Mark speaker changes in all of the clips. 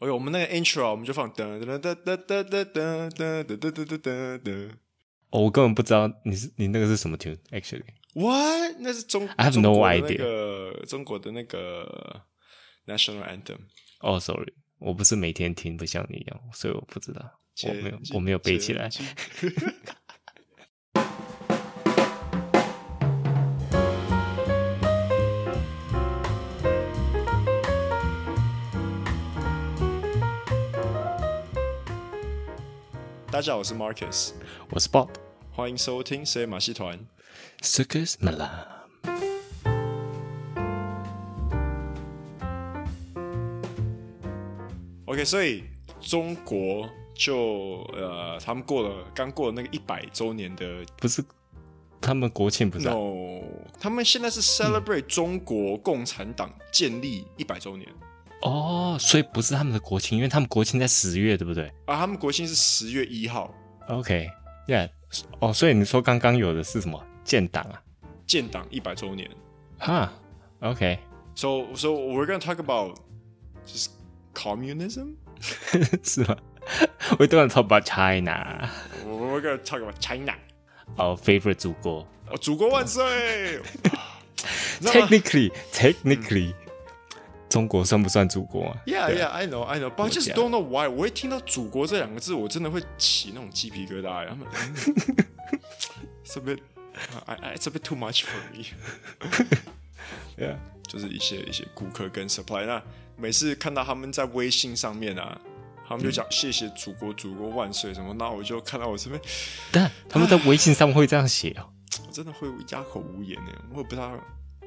Speaker 1: OK，我们那个 intro 啊我们就放噔噔噔噔噔噔噔噔噔噔噔噔噔。
Speaker 2: 哦，我根本不知道你是你那个是什么 tune actually。
Speaker 1: What？那是中
Speaker 2: I have
Speaker 1: 中国
Speaker 2: no
Speaker 1: 的那个中国的那个 national anthem。
Speaker 2: 哦，sorry，我不是每天听，不像你一样，所以我不知道，我没有
Speaker 1: 前进
Speaker 2: 我没有背起来。
Speaker 1: 前进 大家好，我是 Marcus，
Speaker 2: 我是 Bob
Speaker 1: 欢迎收听《谁马戏团》。
Speaker 2: Circus Malam。
Speaker 1: OK，所以中国就呃，他们过了刚过了那个一百周年的
Speaker 2: 不是他们国庆不是啊、
Speaker 1: No，他们现在是 celebrate 中国共产党建立一百周年
Speaker 2: 哦，所以不是他们的国庆，因为他们国庆在十月，对不对
Speaker 1: 啊，他们国庆是十月一号
Speaker 2: ？OK，Yeah，、哦，所以你说刚刚有的是什么建党啊？
Speaker 1: 建党一百周年。
Speaker 2: 哈，OK，
Speaker 1: So so we're gonna talk about just communism.
Speaker 2: 是吗 ？We don't talk about China.
Speaker 1: We're gonna talk about China.
Speaker 2: Our favorite 祖国。
Speaker 1: 哦，祖国万岁！ 你知道吗
Speaker 2: Technically, technically，、中国算不算祖国啊？
Speaker 1: Yeah, yeah, I know, I know, but I just
Speaker 2: 家
Speaker 1: don't know why。我一听到“祖国”这两个字，我真的会起那种鸡皮疙瘩。他 们，it's a bit, I, I, it's a bit too much for me。
Speaker 2: Yeah.
Speaker 1: 就是一些一些顾客跟 supply。那每次看到他们在微信上面啊，他们就讲谢谢祖国，祖国万岁什么，那我就看到我这边，
Speaker 2: 但他们在微信上会这样写哦。
Speaker 1: 我真的会哑口无言呢。我也不知道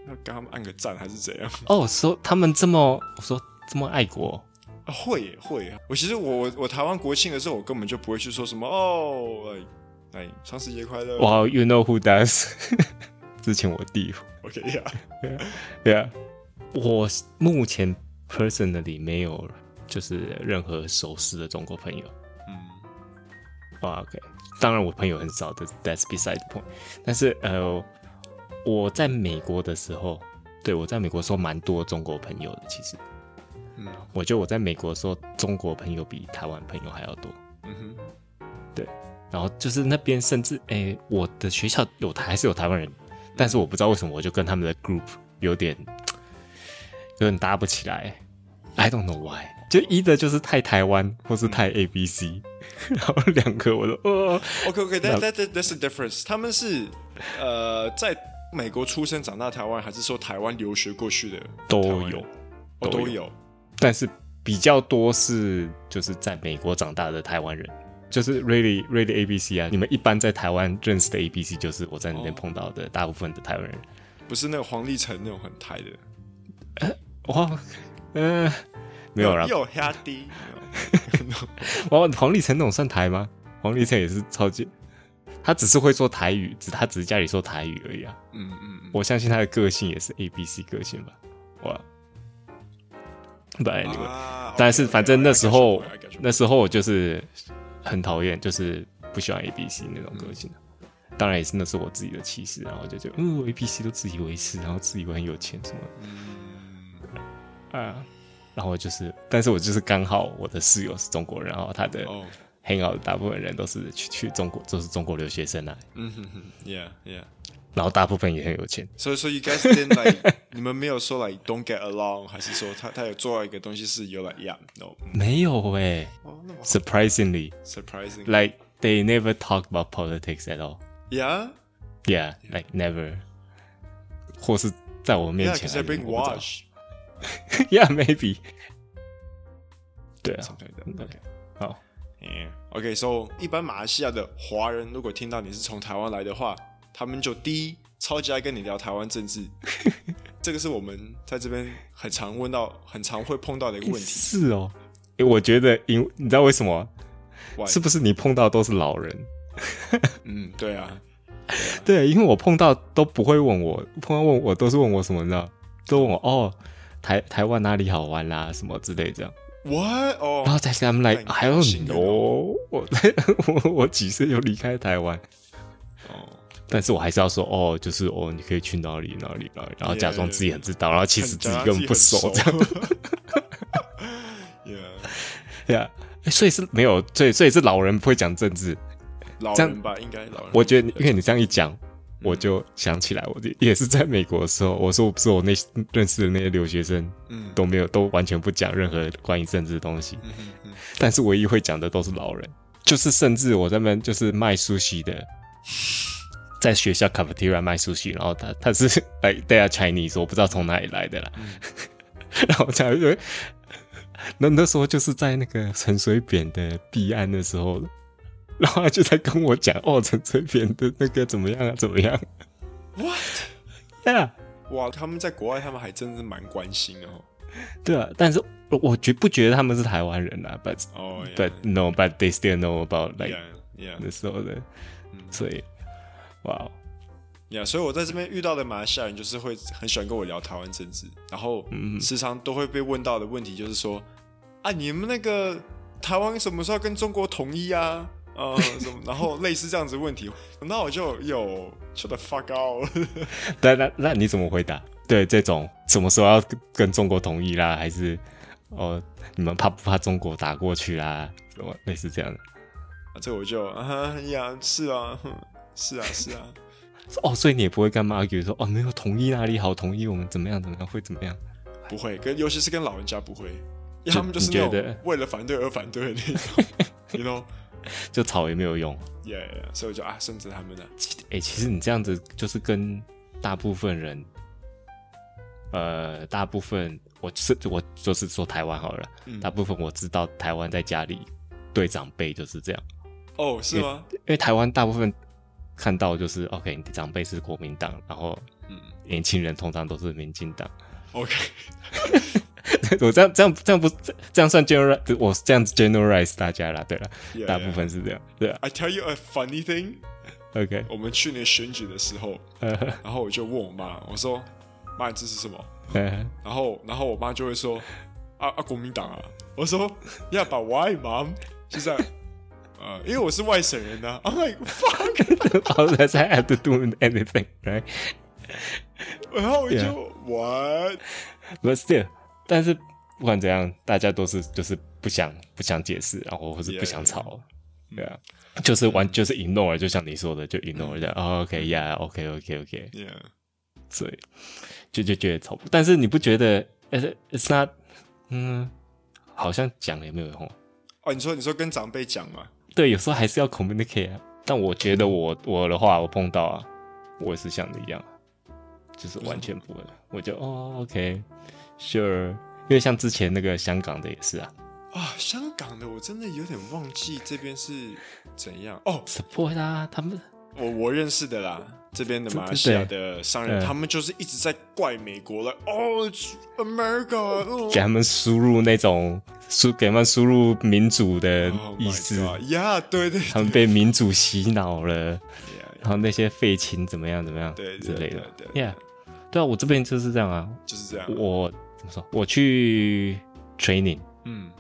Speaker 1: 要跟他们按个赞还是怎样。
Speaker 2: 哦，说他们这么，我说这么爱国哦，
Speaker 1: 啊会耶会耶，我其实我我我台湾国庆的时候，我根本就不会去说什么哦，哎哎，双十节快乐。
Speaker 2: 哇、wow,，You know who does？之前我弟
Speaker 1: OK 呀、
Speaker 2: ，Yeah，我目前 personally 没有就是任何熟识的中国朋友。
Speaker 1: 嗯，
Speaker 2: 哇，OK，当然我朋友很少的，That's beside the point。但是呃，我在美国的时候，对我在美国的时候蛮多中国朋友的，其实。
Speaker 1: 嗯，
Speaker 2: 我觉得我在美国的时候，中国朋友比台湾朋友还要多。
Speaker 1: 嗯哼，
Speaker 2: 然后就是那边甚至诶，我的学校有台还是有台湾人，但是我不知道为什么我就跟他们的 group 有点有点搭不起来，I don't know why。就一的就是太台湾或是太 A B C，、然后两个我都哦
Speaker 1: OK OK，that that that that's the difference。他们是呃在美国出生长大台湾，还是说台湾留学过去的
Speaker 2: 都
Speaker 1: 台湾人
Speaker 2: 有，
Speaker 1: 哦
Speaker 2: 都
Speaker 1: 都
Speaker 2: 有
Speaker 1: 有。
Speaker 2: 但是比较多是就是在美国长大的台湾人，就是 really really A B C 啊，你们一般在台湾认识的 A B C 就是我在那边
Speaker 1: 哦
Speaker 2: 碰到的大部分的台湾人。
Speaker 1: 不是那个黄立成那种很台的，
Speaker 2: 哇，嗯、没有啦，
Speaker 1: 又黑低，
Speaker 2: 哇，黄立成那种算台吗？黄立成也是超级，他只是会说台语，只他只是家里说台语而已啊。
Speaker 1: 嗯嗯嗯
Speaker 2: 我相信他的个性也是 A B C 个性吧。哇，不然你们，
Speaker 1: 啊
Speaker 2: 但是
Speaker 1: OK，OK，
Speaker 2: 反正那时候
Speaker 1: I got you，I got you
Speaker 2: 那时候我就是很讨厌，就是不喜欢 A B C 那种个性、当然也是，那是我自己的歧视，然后我就觉得，嗯，A B C 都自以为是，然后自以为很有钱什么的。啊，然后就是，但是我就是刚好我的室友是中国人，然后他的
Speaker 1: 哦，
Speaker 2: hangout 大部分人都是去去中国，都是中国留学生啊，
Speaker 1: 嗯哼哼，yeah yeah。
Speaker 2: 然后大部分也很有钱。
Speaker 1: 所以说，you guys didn't like，你们没有说 like don't get along，还是说他他有做到一个东西是有 like yeah no，嗯
Speaker 2: 没有诶
Speaker 1: 哦那么
Speaker 2: s u r p r i s i n g l y
Speaker 1: surprising，yeah
Speaker 2: like they never talk about politics at all. Yeah, like never. 或是在我面
Speaker 1: yeah
Speaker 2: 前
Speaker 1: because I bring wash
Speaker 2: Yeah, maybe. 对啊，哦
Speaker 1: something like that，OK。
Speaker 2: 好，
Speaker 1: OK，so、一般马来西亚的华人如果听到你是从台湾来的话，他们就第一超级爱跟你聊台湾政 治，这个是我们在这边很常问到、很常会碰到的一个问题。
Speaker 2: 是哦。诶我觉得因你知道为什么？
Speaker 1: Why？
Speaker 2: 是不是你碰到都是老人？
Speaker 1: 嗯，对啊，
Speaker 2: 对，因为我碰到都不会问我，碰到问我都是问我什么呢？都问我哦，台台湾哪里好玩啦、什么之类这样。
Speaker 1: 我哦、
Speaker 2: 然后再他们来
Speaker 1: 那，你
Speaker 2: 还有
Speaker 1: 幸运
Speaker 2: 很
Speaker 1: 哦
Speaker 2: 我我 我几岁就离开台湾，
Speaker 1: 哦，
Speaker 2: 但是我还是要说哦，就是哦，你可以去哪里哪里哪里，然后假装自己很知道，然后其实自己根本不熟这样。
Speaker 1: 样。yeah，
Speaker 2: 对啊，诶 所以是没有，所以所以是老人不会讲政治。
Speaker 1: 老
Speaker 2: 这
Speaker 1: 人
Speaker 2: 样
Speaker 1: 吧，应该老人。
Speaker 2: 我觉得你，因为你这样一讲，我就想起来，我就也是在美国的时候，我说不是我那认识的那些留学生
Speaker 1: 嗯，
Speaker 2: 都没有，都完全不讲任何关于政治的东西，
Speaker 1: 嗯哼嗯，
Speaker 2: 但是唯一会讲的都是老人，就是甚至我这边就是卖苏西的。在学校 cafeteria 卖苏西，然后他他是 来大家 Chinese，我不知道从哪里来的啦。
Speaker 1: 嗯
Speaker 2: 然后我才就那那时候就是在那个陈水扁的弊案的时候，然后他就在跟我讲哦，陈水扁的那个怎么样啊，怎么样
Speaker 1: ，what？
Speaker 2: 对啊，
Speaker 1: 哇，他们在国外，他们还真是蛮关心的哦。
Speaker 2: 对啊，但是我我觉不觉得他们是台湾人啊？But
Speaker 1: 哦
Speaker 2: but no, but they still know about like
Speaker 1: ，yeah，yeah，yeah，
Speaker 2: 那时候的，所以哇，
Speaker 1: yeah，所以我在这边遇到的马来西亚人，就是会很喜欢跟我聊台湾政治，然后
Speaker 2: 嗯
Speaker 1: 时常都会被问到的问题就是说，啊，你们那个台湾什么时候要跟中国统一啊？ 呃，什么？然后类似这样子的问题，那我就有 shut the fuck out，
Speaker 2: 那那那你怎么回答？对这种什么时候要跟跟中国同意啦？还是哦，你们怕不怕中国打过去啦？什么类似这样的？
Speaker 1: 啊这我就啊呀，是啊， 哼是啊，是啊，
Speaker 2: 哦，所以你也不会干嘛 argue 说哦，没有同意哪里好，同意我们怎么样怎么样会怎么样？
Speaker 1: 不会，跟尤其是跟老人家不会，因为他们就是
Speaker 2: 你
Speaker 1: 那
Speaker 2: 觉
Speaker 1: 种
Speaker 2: 得
Speaker 1: 为了反对而反对的那种 ，you know，yeah，
Speaker 2: 就吵也没有用。
Speaker 1: yeah, yeah, 所以我就啊顺着他们的、
Speaker 2: 哎、其实你这样子就是跟大部分人，呃，大部分我是我就是说台湾好了，大部分我知道台湾在家里对长辈就是这样，
Speaker 1: 哦，是吗？
Speaker 2: 因为台湾大部分看到就是 OK，你的长辈是国民党，然后
Speaker 1: 嗯
Speaker 2: 年轻人通常都是民进党。
Speaker 1: ，OK，
Speaker 2: 我这样这样这样不这这样算 general，我这样子 generalize 大家啦，对了
Speaker 1: Yeah,
Speaker 2: 大部分是这样，啊对啊
Speaker 1: I tell you a funny thing，
Speaker 2: ，OK，
Speaker 1: 我们去年选举的时候，
Speaker 2: 呃
Speaker 1: 然后我就问我妈，我说：“妈，你支持什么
Speaker 2: 呃，？”
Speaker 1: 然后，然后我妈就会说：“啊啊，国民党啊。”我说：“Yeah, but why, mom？” 就这样， 呃，因为我是外省人呐、啊。I'm like fuck，
Speaker 2: 好，that's I have to do anything，right？
Speaker 1: 然后我就
Speaker 2: Yeah.
Speaker 1: what？
Speaker 2: But still，但是不管怎样，大家都是就是不想不想解释，然后或是
Speaker 1: Yeah,
Speaker 2: 不想吵对啊，就是完就是 ignore，就像你说的，就 ignore 这样。哦 OK，yeah，OK，OK，OK，、
Speaker 1: Yeah，
Speaker 2: 所以就就觉得吵不。但是你不觉得？It's it's not，嗯，好像讲了也没有用。
Speaker 1: 哦，你说你说跟长辈讲嘛？
Speaker 2: 对，有时候还是要 communicate 啊。但我觉
Speaker 1: 嗯
Speaker 2: 得我我的话，我碰到啊，我也是像你一样，就是完全不会。我就哦，OK，sure，、因为像之前那个香港的也是啊
Speaker 1: 啊，香港的我真的有点忘记这边是怎样哦。
Speaker 2: ，support 啊，他们
Speaker 1: 我我认识的啦，这边的马来西亚的商人，
Speaker 2: 对
Speaker 1: 他们就是一直在怪美国了。哦、it's America，哦
Speaker 2: 给他们输入那种输给他们输入民主的
Speaker 1: Oh
Speaker 2: 意思
Speaker 1: my god，yeah，对对
Speaker 2: 他们被民主洗脑了，
Speaker 1: 对
Speaker 2: 然后那些废青怎么样怎么样
Speaker 1: 对对
Speaker 2: 之类的
Speaker 1: 对对嗯
Speaker 2: ，yeah，对啊，我这边就是这样啊，
Speaker 1: 就是这样。
Speaker 2: 我怎么说，我去 training。
Speaker 1: 嗯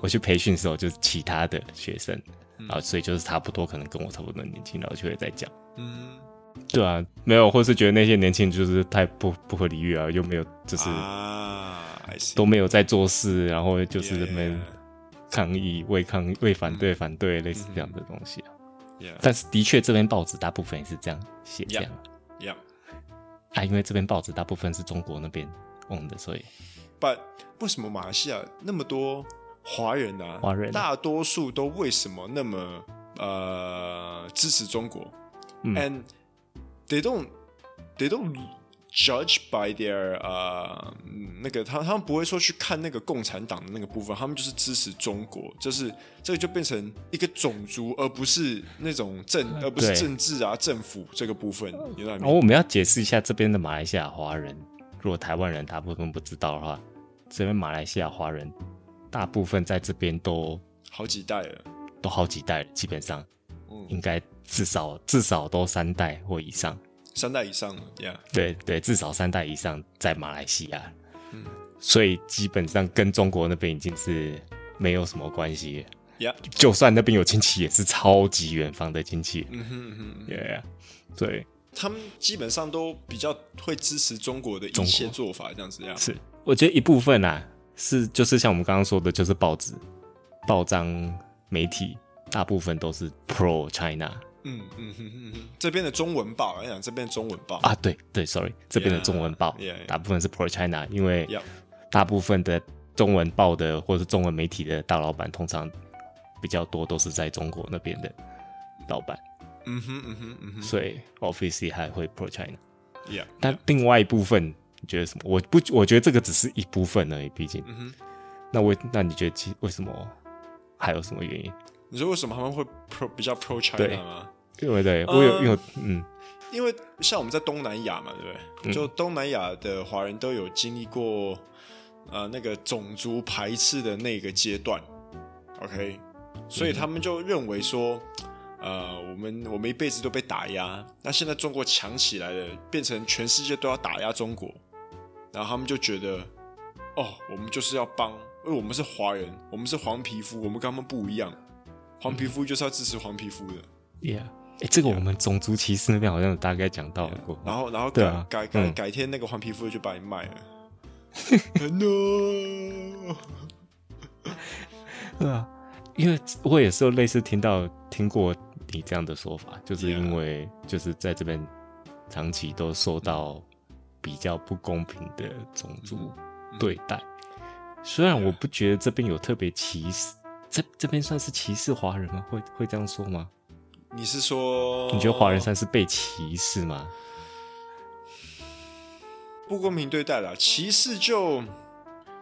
Speaker 2: 我去培训的时候，就是其他的学生，然后所以就是差不多，可能跟我差不多的年纪，然后就会在讲。
Speaker 1: 嗯，
Speaker 2: 对啊，没有，或是觉得那些年轻人就是太不不合理喻啊，又没有就是、
Speaker 1: 啊，I see，
Speaker 2: 都没有在做事，然后就是那
Speaker 1: Yeah, 嗯
Speaker 2: 边抗议、为抗议、为反对、反对，类似这样的东西啊。
Speaker 1: yeah，yeah，
Speaker 2: 但是的确，这边报纸大部分也是这样写这样
Speaker 1: yeah，
Speaker 2: 啊，因为这边报纸大部分是中国那边 own 的，所以
Speaker 1: but 为什么马来西亚那么多华人啊？
Speaker 2: 华人
Speaker 1: 大多数都为什么那么呃支持中国、
Speaker 2: 嗯
Speaker 1: a n d they don't they don't judge by their 呃嗯那个他他们不会说去看那个共产党的那个部分，他们就是支持中国，就是这个就变成一个种族，而不是那种政而不是
Speaker 2: 对哦
Speaker 1: 政治啊政府这个部分，你知道
Speaker 2: 然
Speaker 1: 吗
Speaker 2: 后？我们要解释一下这边的马来西亚华人，如果台湾人大部分不知道的话，这边马来西亚华人大部分在这边都
Speaker 1: 好几代了，
Speaker 2: 都好几代了，基本上
Speaker 1: 嗯，
Speaker 2: 应该至少至少都三代或以上，
Speaker 1: 三代以上了，Yeah，
Speaker 2: 对对，至少三代以上在马来西亚，
Speaker 1: 嗯
Speaker 2: 所以基本上跟中国那边已经是没有什么关系了。
Speaker 1: ，Yeah，
Speaker 2: 就算那边有亲戚，也是超级远方的亲戚。
Speaker 1: 嗯哼嗯哼。嗯哼
Speaker 2: Yeah，对，
Speaker 1: 他们基本上都比较会支持中国的一切做法，这样子呀。
Speaker 2: 是，我觉得一部分啊，是就是像我们刚刚说的，就是报纸，报章媒体大部分都是 pro China
Speaker 1: 嗯嗯哼哼哼，这边的中文报，我想这边的中文报
Speaker 2: 啊，对对，sorry，这边的中文报
Speaker 1: Yeah, yeah.
Speaker 2: 大部分是 pro China，因为
Speaker 1: Yup
Speaker 2: 大部分的中文报的或是中文媒体的大老板，通常比较多都是在中国那边的老板，
Speaker 1: 嗯哼嗯哼嗯哼
Speaker 2: 所以 obviously 还会 pro China。
Speaker 1: ，Yeah，
Speaker 2: 但另外一部分，你觉得什么？我不，我觉得这个只是一部分而已，毕竟。
Speaker 1: 嗯哼，
Speaker 2: 那为那你觉得其为什么还有什么原因？
Speaker 1: 你说为什么他们会 pro 比较 pro
Speaker 2: 对
Speaker 1: China 吗？
Speaker 2: 因为对我有，
Speaker 1: 呃
Speaker 2: 因为我嗯，
Speaker 1: 因为像我们在东南亚嘛，对不对？就东南亚的华人都有经历过呃那个种族排斥的那个阶段，OK，所以他们就认为说，呃，我们我们一辈子都被打压，那现在中国强起来了，变成全世界都要打压中国，然后他们就觉得，哦，我们就是要帮，因为我们是华人，我们是黄皮肤，我们跟他们不一样，黄皮肤就是要支持黄皮肤的。
Speaker 2: 耶、哎，这个我们种族歧视那边好像有大概讲到过。
Speaker 1: 然后然后改、
Speaker 2: 对啊
Speaker 1: 改改
Speaker 2: 嗯
Speaker 1: 改天那个黄皮肤就把你卖 了。no，
Speaker 2: 对啊，因为我也是有类似听到听过你这样的说法，就是因为就是在这边长期都受到比较不公平的种族对待。虽然我不觉得这边有特别歧视，这这边算是歧视华人吗？会会这样说吗？
Speaker 1: 你是说
Speaker 2: 你觉得华人算是被歧视吗？
Speaker 1: 不公平对待了？歧视就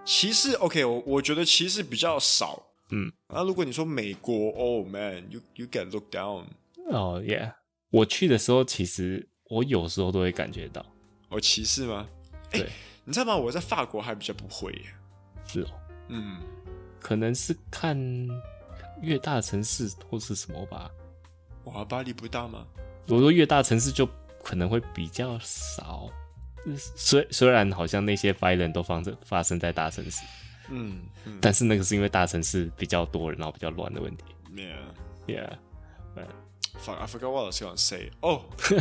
Speaker 1: 歧视，OK，我我觉得歧视比较少。
Speaker 2: 嗯，
Speaker 1: 那如果你说美国，Oh man，you you get looked down。
Speaker 2: 哦、耶！我去的时候，其实我有时候都会感觉到，
Speaker 1: 哦，歧视吗？
Speaker 2: 对，
Speaker 1: 你知道吗？我在法国还比较不会耶。
Speaker 2: 是哦，
Speaker 1: 嗯，
Speaker 2: 可能是看越大的城市或是什么吧。
Speaker 1: 哇，巴黎不大吗？
Speaker 2: 我说越大城市就可能会比较少，呃虽虽然好像那些 violent 都发生发生在大城市，
Speaker 1: 嗯嗯
Speaker 2: 但是那个是因为大城市比较多人，然后比较乱的问题。
Speaker 1: ，Yeah，fuck，I
Speaker 2: Yeah，
Speaker 1: forgot what I was gonna say。哦，
Speaker 2: 对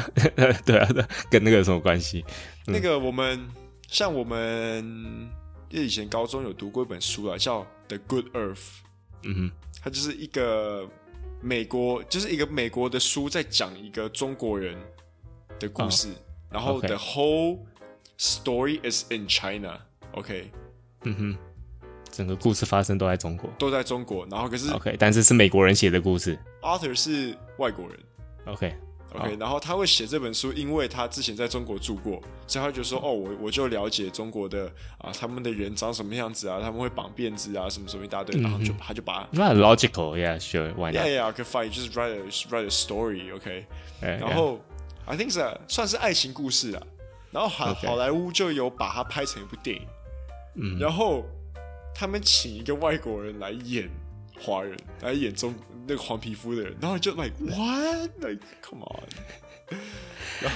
Speaker 2: 啊，对啊，跟那个有什么关系？
Speaker 1: 那个我们像我们以前高中有读过一本书啊，叫《The Good Earth》，
Speaker 2: 嗯哼，
Speaker 1: 它就是一个美国，就是一个美国的书，在讲一个中国人的故事。然后
Speaker 2: OK
Speaker 1: The whole story is in China，OK，、
Speaker 2: 嗯哼，整个故事发生都在中国。
Speaker 1: 都在中国。然后可是
Speaker 2: OK，但是是美国人写的故事。
Speaker 1: author 是外国人。
Speaker 2: OK，
Speaker 1: OK，然后他会写这本书，因为他之前在中国住过，所以他就说：“哦，我我就了解中国的啊，他们的人长什么样子啊，他们会绑辫子啊，什么什么一大堆。”然后就他就把
Speaker 2: 那 logical, yeah, sure, why
Speaker 1: Yeah,
Speaker 2: not?
Speaker 1: yeah, I can find. Just write a just write a story, OK.
Speaker 2: 哎
Speaker 1: 然后 I think 是啊算是爱情故事啊。然后好
Speaker 2: OK
Speaker 1: 好莱坞就有把它拍成一部电影，
Speaker 2: 嗯
Speaker 1: 然后他们请一个外国人来演华人，来演中那个黄皮肤的人，然后就 like what like come on，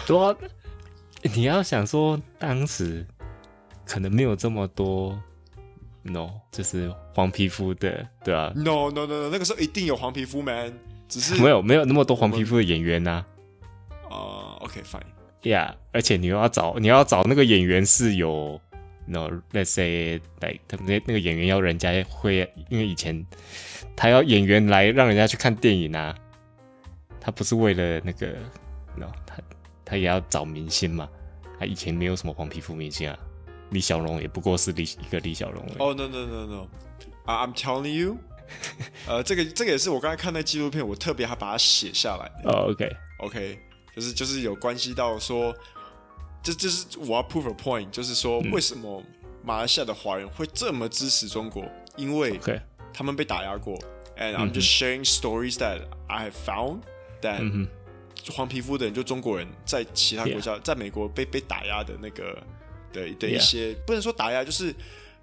Speaker 2: 对啊，你要想说当时可能没有这么多，no，就是黄皮肤的，对啊，
Speaker 1: No no no no，那个时候一定有黄皮肤 man，只是
Speaker 2: 没有没有那么多黄皮肤的演员呐、
Speaker 1: 啊、o k fine，
Speaker 2: yeah，而且你又要找你要找那个演员是有，no，let's say like 他们那那个演员要人家会，因为以前他要演员来让人家去看电影啊，他不是为了那个，no，他他也要找明星嘛，他以前没有什么黄皮肤明星啊，李小龙也不过是李一个李小龙而已。
Speaker 1: 哦、no no no no，I'm telling you，呃，这个这个也是我刚才看那纪录片，我特别还把它写下来的
Speaker 2: 哦、o k
Speaker 1: ，OK，就是就是有关系到说，这这是我要 prove a point，就是说
Speaker 2: 嗯
Speaker 1: 为什么马来西亚的华人会这么支持中国，因为
Speaker 2: OK，
Speaker 1: 他们被打压过，and I'm just sharing
Speaker 2: Mm-hmm
Speaker 1: stories that I have found that、
Speaker 2: 嗯
Speaker 1: 黄皮肤的人，就中国人在其他国家在美国被被打压的那个的的一
Speaker 2: Yeah
Speaker 1: 些不能说打压，就是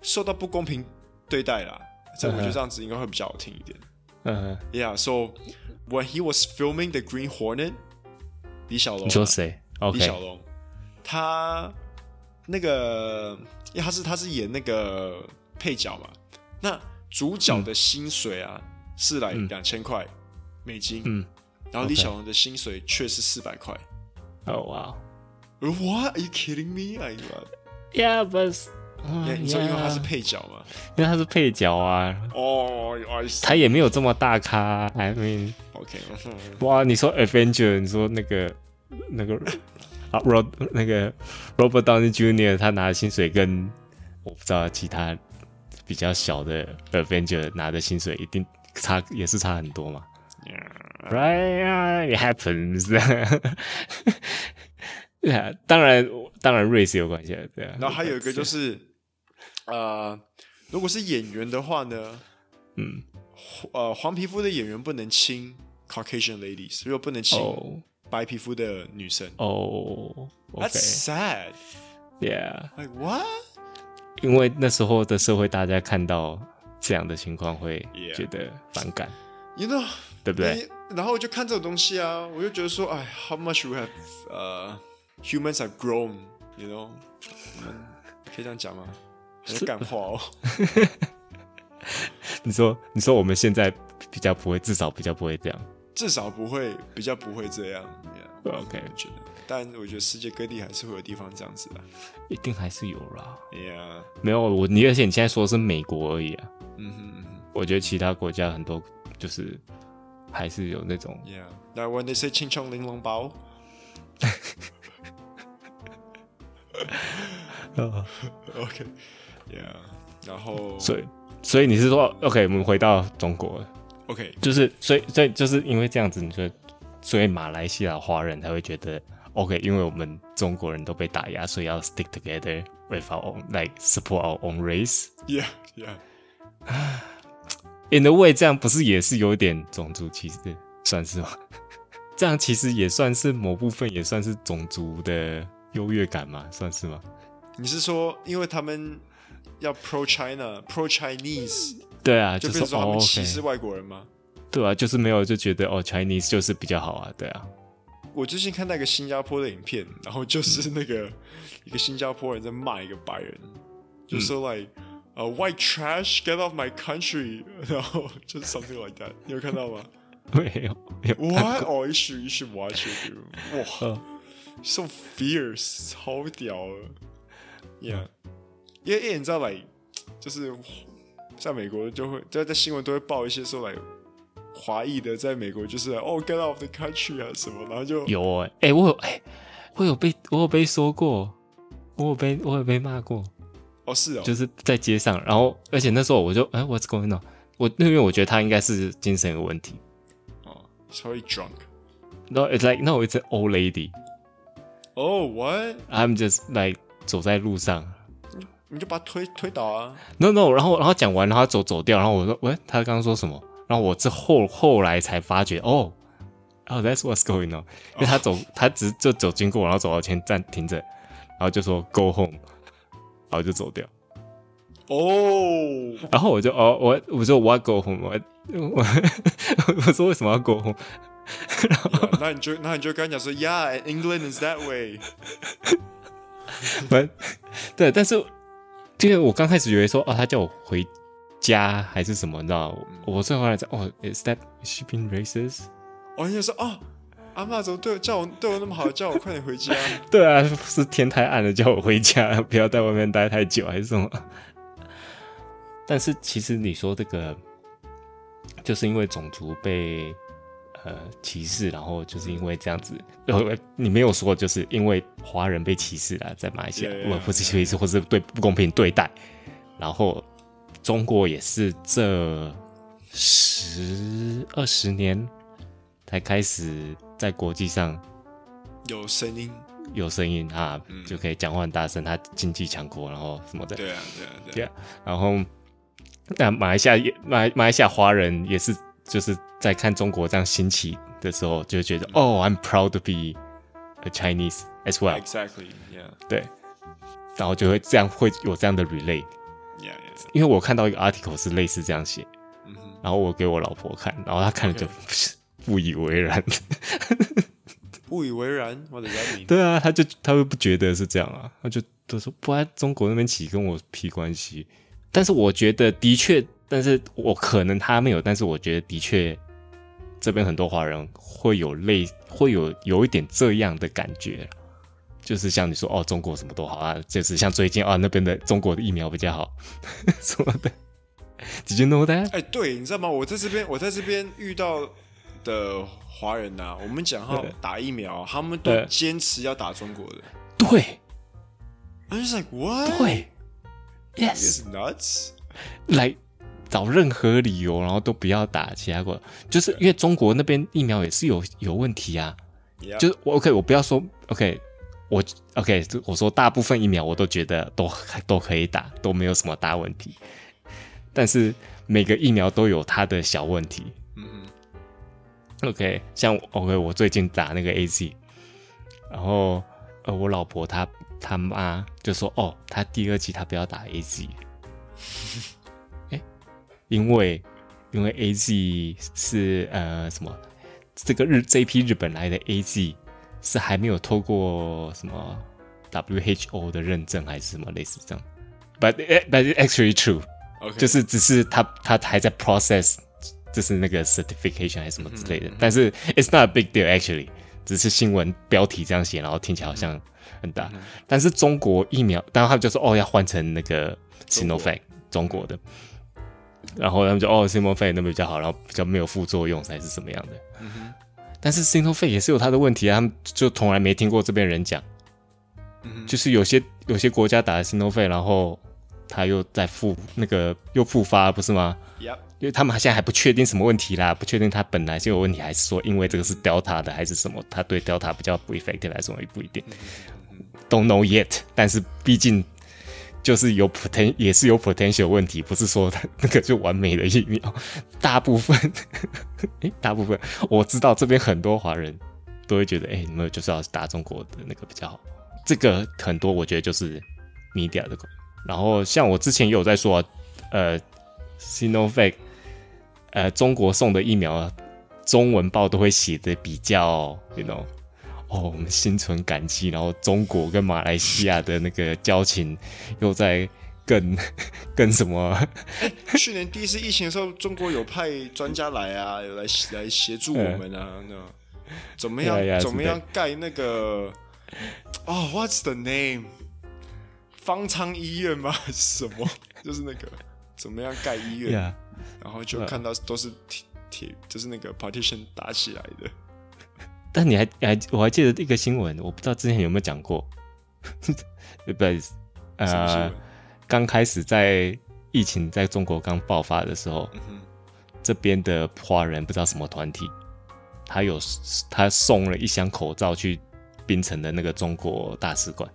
Speaker 1: 受到不公平对待啦。这我觉
Speaker 2: 嗯
Speaker 1: 得
Speaker 2: 哼
Speaker 1: 这样子应该会比较好听一点。
Speaker 2: 哼，嗯、
Speaker 1: Yeah, so when he was filming the Green Hornet，李小龙啊、
Speaker 2: 你说谁
Speaker 1: 李
Speaker 2: ？OK，
Speaker 1: 小龙，他那个，因为他是他是演那个配角嘛，那主角的薪水啊、是来两千块美金，
Speaker 2: 嗯，
Speaker 1: 然后李
Speaker 2: OK
Speaker 1: 小龙的薪水却是四百块。
Speaker 2: 哦哇、
Speaker 1: What are you kidding me? I uh,
Speaker 2: Yeah, but 嗯
Speaker 1: 你你说因为他是
Speaker 2: 呀
Speaker 1: 配角嘛？
Speaker 2: 因为他是配角啊，
Speaker 1: 哦，I
Speaker 2: 他也没有这么大咖啊。I mean，
Speaker 1: see，OK，嗯
Speaker 2: 哇，你说 Avenger，你说那个那个啊，Rob 那个 Robert Downey Jr. 他拿的薪水跟我不知道其他比较小的 Avenger 拿的薪水一定差，也是差很多嘛。Right, it happens. 对啊，当然，当然瑞是有关系的，对啊。
Speaker 1: 然后还有一个就是，呃，如果是演员的话呢，
Speaker 2: 嗯，
Speaker 1: 呃，黄皮肤的演员不能亲 Caucasian ladies，又不能亲
Speaker 2: 哦
Speaker 1: 白皮肤的女生。
Speaker 2: 哦
Speaker 1: That's sad.
Speaker 2: ，OK，Yeah，
Speaker 1: Like what?
Speaker 2: 因为那时候的社会，大家看到这样的情况会
Speaker 1: Yeah
Speaker 2: 觉得反感
Speaker 1: You know?
Speaker 2: 对不对？
Speaker 1: 那然后我就看这种东西啊，我就觉得说，哎，How much we have, 呃、humans have grown, you know？我们可以这样讲 吗？很感化哦。
Speaker 2: 你说，你说我们现在比较不会，至少比较不会这样。
Speaker 1: 至少不会，比较不会这样。Yeah, 我
Speaker 2: OK
Speaker 1: 觉得，但我觉得世界各地还是会有地方这样子的。
Speaker 2: 一定还是有啦，
Speaker 1: Yeah，
Speaker 2: 没有我，你而且你现在说的是美国而已啊，
Speaker 1: 嗯哼嗯哼
Speaker 2: 我觉得其他国家很多就是还是有那种
Speaker 1: ，Yeah。那 when they say 青葱玲珑 包，
Speaker 2: 呃，
Speaker 1: OK，yeah，然后
Speaker 2: 所以所以你是说，OK，我们回到中国了，
Speaker 1: OK，
Speaker 2: 就是所以所以就是因为这样子，你说，所以马来西亚华人才会觉得 OK，因为我们中国人都被打压，所以要 stick together with our own like support our own race。
Speaker 1: yeah yeah，
Speaker 2: In a way，这样不是也是有点种族歧视，算是吗？ 这样其实也算是某部分，也算是种族的优越感嘛，算是吗？
Speaker 1: 你是说因为他们要 pro China pro Chinese，
Speaker 2: 对啊，
Speaker 1: 就变成
Speaker 2: 是
Speaker 1: 说他
Speaker 2: 哦
Speaker 1: 们歧视
Speaker 2: ，OK，
Speaker 1: 外国人吗？
Speaker 2: 对啊，就是没有就觉得哦，Chinese 就是比较好啊，对啊，
Speaker 1: 我最近看到一个新加坡的影片，然后就是那个、
Speaker 2: 嗯
Speaker 1: 一个新加坡人在骂一个白人，就
Speaker 2: 嗯
Speaker 1: 说 like 呃、white trash get off my country，然 后就是 something like that，你有看到 吗
Speaker 2: 没有，没有
Speaker 1: ？What oh you should you should watch it，dude. 哇
Speaker 2: 嗯
Speaker 1: ，so fierce，超屌了，yeah，因为
Speaker 2: 嗯
Speaker 1: 因为你知道 like 就是在美国就会在在新闻都会报一些说 like 华裔的在美国就是 like, oh get off the country 啊什么，然后就
Speaker 2: 有哎、欸我有哎、我有被我有被说过，我有被我有被骂过，
Speaker 1: 哦是哦，
Speaker 2: 就是在街上，然后而且那时候我就哎、我 what's going on？我因为我觉得他应该是精神有问题。
Speaker 1: 哦，稍微 drunk。
Speaker 2: No, it's like no, it's an old lady.
Speaker 1: Oh what？
Speaker 2: I'm just like 走在路上。
Speaker 1: 你就把他推推倒 啊！
Speaker 2: No, no，然后然后讲完，然后他走走掉，然后我说喂，他刚刚说什么？然后我之后后来才发觉哦。哦、t h a t s what's going on，因为他走他只是就走经过，然后走到前站停着，然后就说 go home，然后就走掉。
Speaker 1: 哦、
Speaker 2: 然后我就哦，我我说我要 go home，我我 我说为什么要 go home？
Speaker 1: yeah，那你就那你就跟他讲说，Yeah，England is that way。
Speaker 2: 反对，但是因为我刚开始以为说哦，他叫我回家还是什么，你知道？我最后来讲哦，Is that she been racist？
Speaker 1: 哦，你就说哦，阿妈怎么对我叫我对我那么好，叫我快点回 家。
Speaker 2: 对啊，是天太暗了，叫我回家， 不要在外面待太久还是什么？但是其实你说这个，就是因为种族被呃歧视，然后就是因为这样子，呃，你没有说就是因为华人被歧视啦，在马来西亚
Speaker 1: Yeah, yeah,
Speaker 2: 或或是歧视，或是对不公平对待，然后中国也是这十二十年才开始在国际上
Speaker 1: 有声音，
Speaker 2: 有声音啊，就可以讲话很大声，他经济强国，然后什么的，
Speaker 1: 对啊，对啊，对
Speaker 2: 对
Speaker 1: 啊。
Speaker 2: 啊，然后那马来西亚也马来马来西亚华人也是就是在看中国这样兴起的时候，就觉得哦，I'm proud to be a Chinese as well，
Speaker 1: Exactly，yeah，yeah，yeah。
Speaker 2: 对，然后就会这样会有这样的 relay，因为我看到一个 article 是类似这样写，
Speaker 1: 嗯哼，
Speaker 2: 然后我给我老婆看，然后她看了就 不以为然，
Speaker 1: 不以为然，What does that mean？
Speaker 2: 对啊，他就他会不觉得是这样啊，他就都说不然中国那边起跟我屁关系。但是我觉得的确，但是我可能他没有，但是我觉得的确，这边很多华人会有类会有有一点这样的感觉，就是像你说哦，中国什么都好啊，就是像最近啊那边的中国的疫苗比较好 什么的。Did you know that？
Speaker 1: 哎、对，你知道吗？我在这边，我在这边遇到的华人呐、我们讲要打疫苗啊，他们都
Speaker 2: 对
Speaker 1: 坚持要打中国的。
Speaker 2: 对
Speaker 1: I'm just like what?
Speaker 2: 对
Speaker 1: It's
Speaker 2: ，yes，
Speaker 1: nuts.
Speaker 2: 来找任何理由，然后都不要打其他国，就是因为中国那边疫苗也是有有问题啊。
Speaker 1: Yeah.
Speaker 2: 就是我 OK，我不要说 OK，我 OK，我说大部分疫苗我都觉得都都可以打，都没有什么大问题。但是每个疫苗都有它的小问题。
Speaker 1: 嗯
Speaker 2: OK，像 OK，我最近打那个 AZ，然后呃，我老婆她她妈就说哦，她第二季她不要打 AZ，哎、因为因为 AZ 是呃什么，这个日这一批日本来的 AZ 是还没有透过什么 WHO 的认证还是什么类似这样，but it- but it's actually true。
Speaker 1: 哼，OK，
Speaker 2: 就是只是他他还在 process，就是那个 certification 还是什么之类的。但是 it's not a big deal actually，只是新闻标题这样写，然后听起来好像很大。
Speaker 1: 嗯
Speaker 2: 但是中国疫苗，当然他们就说哦要换成那个
Speaker 1: 中国
Speaker 2: Sinovac 中国的，然后他们就哦 Sinovac 那边比较好，然后比较没有副作用还是怎么样的。
Speaker 1: 嗯
Speaker 2: 但是 Sinovac 也是有它的问题啊，他们就从来没听过这边人讲。
Speaker 1: 嗯
Speaker 2: 就是有些有些国家打了心头肺，然后他又在复那个又复发，不是吗？
Speaker 1: Yep，
Speaker 2: 因为他们现在还不确定什么问题啦，不确定他本来就有问题，还是说因为这个是 Delta 的，还是什么？他对 Delta 比较不 effective，还是什么也不一定。Don't know yet，但是毕竟就是有 poten 也是有 potential 问题，不是说它那个就完美的疫苗。大部分，诶、大部分我知道这边很多华人都会觉得，诶、你们就是要打中国的那个比较好。这个很多我觉得就是 media 的。然后像我之前也有在说、啊，呃，Sinovac，呃，中国送的疫苗啊，中文报都会写的比较，you know。哦，我们心存感激，然后中国跟马来西亚的那个交情又在更 更什么？
Speaker 1: 去年第一次疫情的时候，中国有派专家来啊，有来来协助我们 啊，那怎么样
Speaker 2: Yeah, yeah,
Speaker 1: 怎么样盖那个？哦、w h a t s the name？方舱医院吗？还是什么？ 就是那个怎么样盖医院
Speaker 2: 呀，
Speaker 1: 然后就看到都是铁铁，就是那个 partition 打起来的。
Speaker 2: 但你还你还我还记得一个新闻，我不知道之前有没有讲过，
Speaker 1: 什
Speaker 2: 不是，
Speaker 1: 么新闻
Speaker 2: 呃，刚开始在疫情在中国刚爆发的时候，这边的华人不知道什么团体，他有他送了一箱口罩去槟城的那个中国大使馆。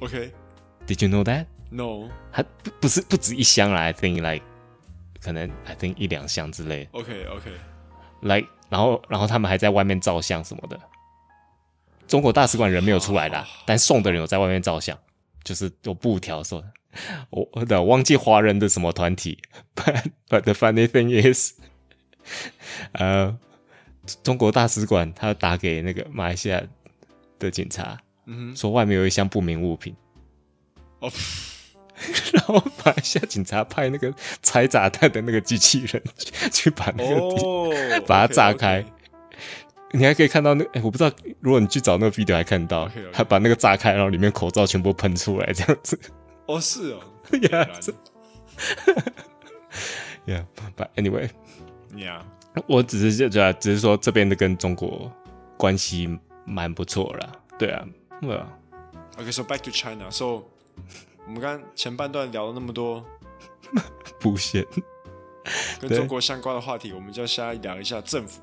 Speaker 1: OK，No，
Speaker 2: Did you know that？还不不是不止一箱啦，I think like 可能 I think 一两箱之类
Speaker 1: OK OK，
Speaker 2: ，like 然后然后他们还在外面照相什么的。中国大使馆人没有出来啦，但送的人有在外面照相，就是有布条说，我我的忘记华人的什么团体，but but the funny thing is，呃，中国大使馆他打给那个马来西亚的警察，
Speaker 1: 嗯哼，
Speaker 2: 说外面有一箱不明物品，
Speaker 1: 哦，
Speaker 2: 然后马来西亚警察派那个拆炸弹的那个机器人去去把那个地、
Speaker 1: 哦，
Speaker 2: 把它炸开
Speaker 1: OK，OK。
Speaker 2: 你还可以看到那，哎，我不知道，如果你去找那个 video 还看到
Speaker 1: OK，OK
Speaker 2: 还把那个炸开，然后里面口罩全部喷出来这样子。
Speaker 1: 哦，是哦
Speaker 2: Yeah，是 Yeah，but anyway，
Speaker 1: ，Yeah，
Speaker 2: 我只是就觉得，只是说这边的跟中国关系蛮不错啦。对啊，对啊，
Speaker 1: OK，so、back to China，so 我们刚前半段聊了那么多
Speaker 2: 不限。
Speaker 1: 跟
Speaker 2: 对
Speaker 1: 中国相关的话题，我们就要先来聊一下政府。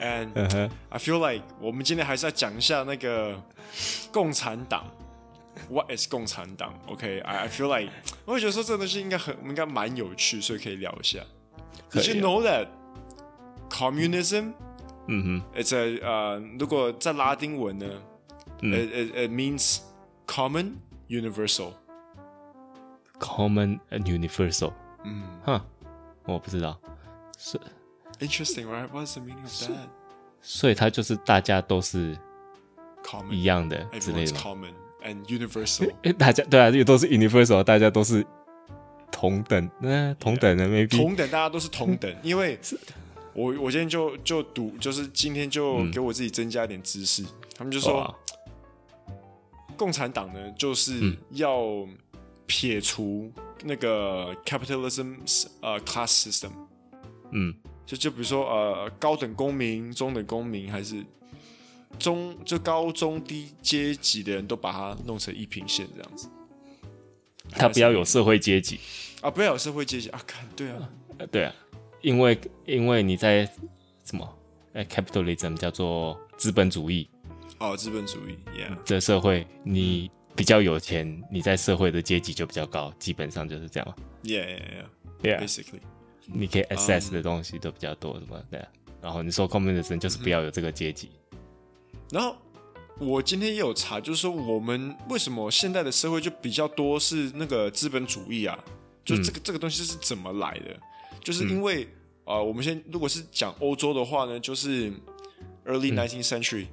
Speaker 1: And
Speaker 2: 嗯哼，
Speaker 1: I feel like 我们今天还是要讲一下那个共产党。What is 共产党？OK，I、I feel like 我会觉得说这个东西应该很，我们应该蛮有趣，所以可以聊一下。
Speaker 2: 可
Speaker 1: Did
Speaker 2: 以
Speaker 1: you
Speaker 2: 啊。
Speaker 1: know that communism
Speaker 2: 嗯
Speaker 1: it's a 呃，如果在拉丁文呢、
Speaker 2: 嗯
Speaker 1: i t it it means common universal。
Speaker 2: 哼，common and universal。
Speaker 1: 嗯
Speaker 2: 哼，我不知道，是，
Speaker 1: ，interesting right? What's the meaning of that?
Speaker 2: 所以它就是大家都是一
Speaker 1: Common.
Speaker 2: 样的之类
Speaker 1: Everyone's
Speaker 2: 的吗。
Speaker 1: common and universal.
Speaker 2: 因为大家对啊，也都是 universal，大家都是同等，那、同等的 maybe
Speaker 1: 同等，大家都是同等，因为我我今天就就读，就是今天就给我自己增加一点知识。他们就
Speaker 2: 哇
Speaker 1: 说共产党呢，就是
Speaker 2: 嗯
Speaker 1: 要撇除那个 capitalism 呃 class system，
Speaker 2: 嗯，
Speaker 1: 就就比如说呃高等公民、中等公民还是中就高中低阶级的人都把它弄成一平线这样子
Speaker 2: 他不要有社会阶级，
Speaker 1: 啊，不要有社会阶级啊，看对啊，
Speaker 2: 呃对啊，因为因为你在什么，呃，capitalism 叫做资本主义
Speaker 1: 哦资本主义，yeah，
Speaker 2: 的社会，你比较有钱，你在社会的阶级就比较高，基本上就是这样嘛。
Speaker 1: yeah yeah
Speaker 2: y
Speaker 1: yeah basically
Speaker 2: 你可以 access 的东西都比较多，什么的。啊然后你说 communism 就是不要有这个阶级，
Speaker 1: 然后我今天也有查，就是说我们为什么现代的社会就比较多是那个资本主义啊？就这个、这个东西是怎么来的？就是因为啊、呃我们先如果是讲欧洲的话呢，就是 early nineteenth century，、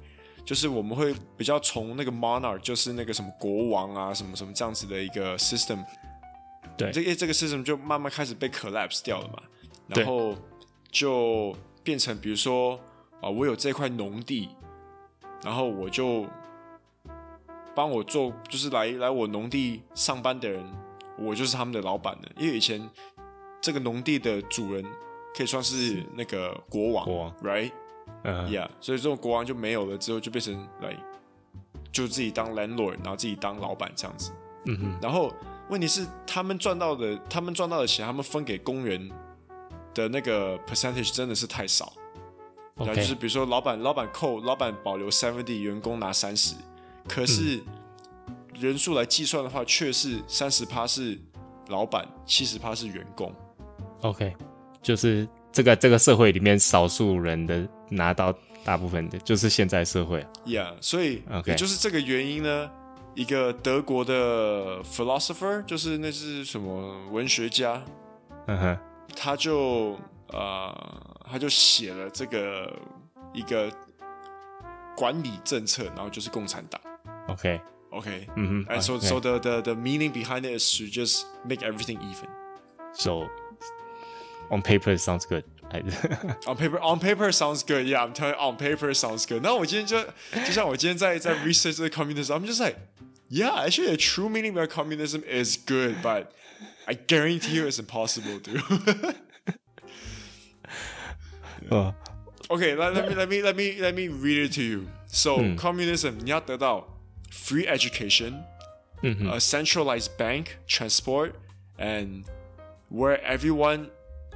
Speaker 1: 就是我们会比较从那个 monarch，就是那个什么国王啊，什么什么这样子的一个 system，
Speaker 2: 对
Speaker 1: 这这个 system 就慢慢开始被 collapse 掉了嘛，
Speaker 2: 对
Speaker 1: 然后就变成比如说啊、我有这块农地，然后我就帮我做，就是来来我农地上班的人，我就是他们的老板了。因为以前这个农地的主人可以算是那个国王
Speaker 2: 国王
Speaker 1: r i g h t
Speaker 2: 嗯
Speaker 1: Yeah，所以这种国王就没有了，之后就变成来就自己当 landlord，然后自己当老板这样子。
Speaker 2: 嗯哼，
Speaker 1: 然后问题是他们赚到的，他们赚到的钱，他们分给工人的那个 percentage 真的是太少。对啊，
Speaker 2: 嗯，OK，
Speaker 1: 就是比如说老板，老板扣，老板保留 seventy，员工拿三十，可是
Speaker 2: 嗯
Speaker 1: 人数来计算的话，却是三十趴是老板，七十趴是员工。
Speaker 2: OK，就是这个这个社会里面少数人的拿到大部分的，就是现在社会啊
Speaker 1: Yeah，所以
Speaker 2: OK
Speaker 1: 也就是这个原因呢，一个德国的 philosopher，就是那是什么文学家，
Speaker 2: 嗯哼，
Speaker 1: 他就呃，他就写了这个一个管理政策，然后就是共产党。
Speaker 2: ，OK，
Speaker 1: OK，
Speaker 2: 嗯哼
Speaker 1: And so,
Speaker 2: ，OK
Speaker 1: so the, the the meaning behind it is to just make everything even.
Speaker 2: so on paper it sounds good，还是
Speaker 1: On paper, on paper sounds good. Yeah, I'm telling you, on paper sounds good. 那我今天就就像我今天在在 research the communism, I'm just like, yeah, actually the true meaning of communism is good, but I guarantee you it's impossible, dude. 嗯
Speaker 2: 呃
Speaker 1: okay, let, let me let me let me let me read it to you. So communism, 你要得到 free education, a centralized bank, transport, and where everyone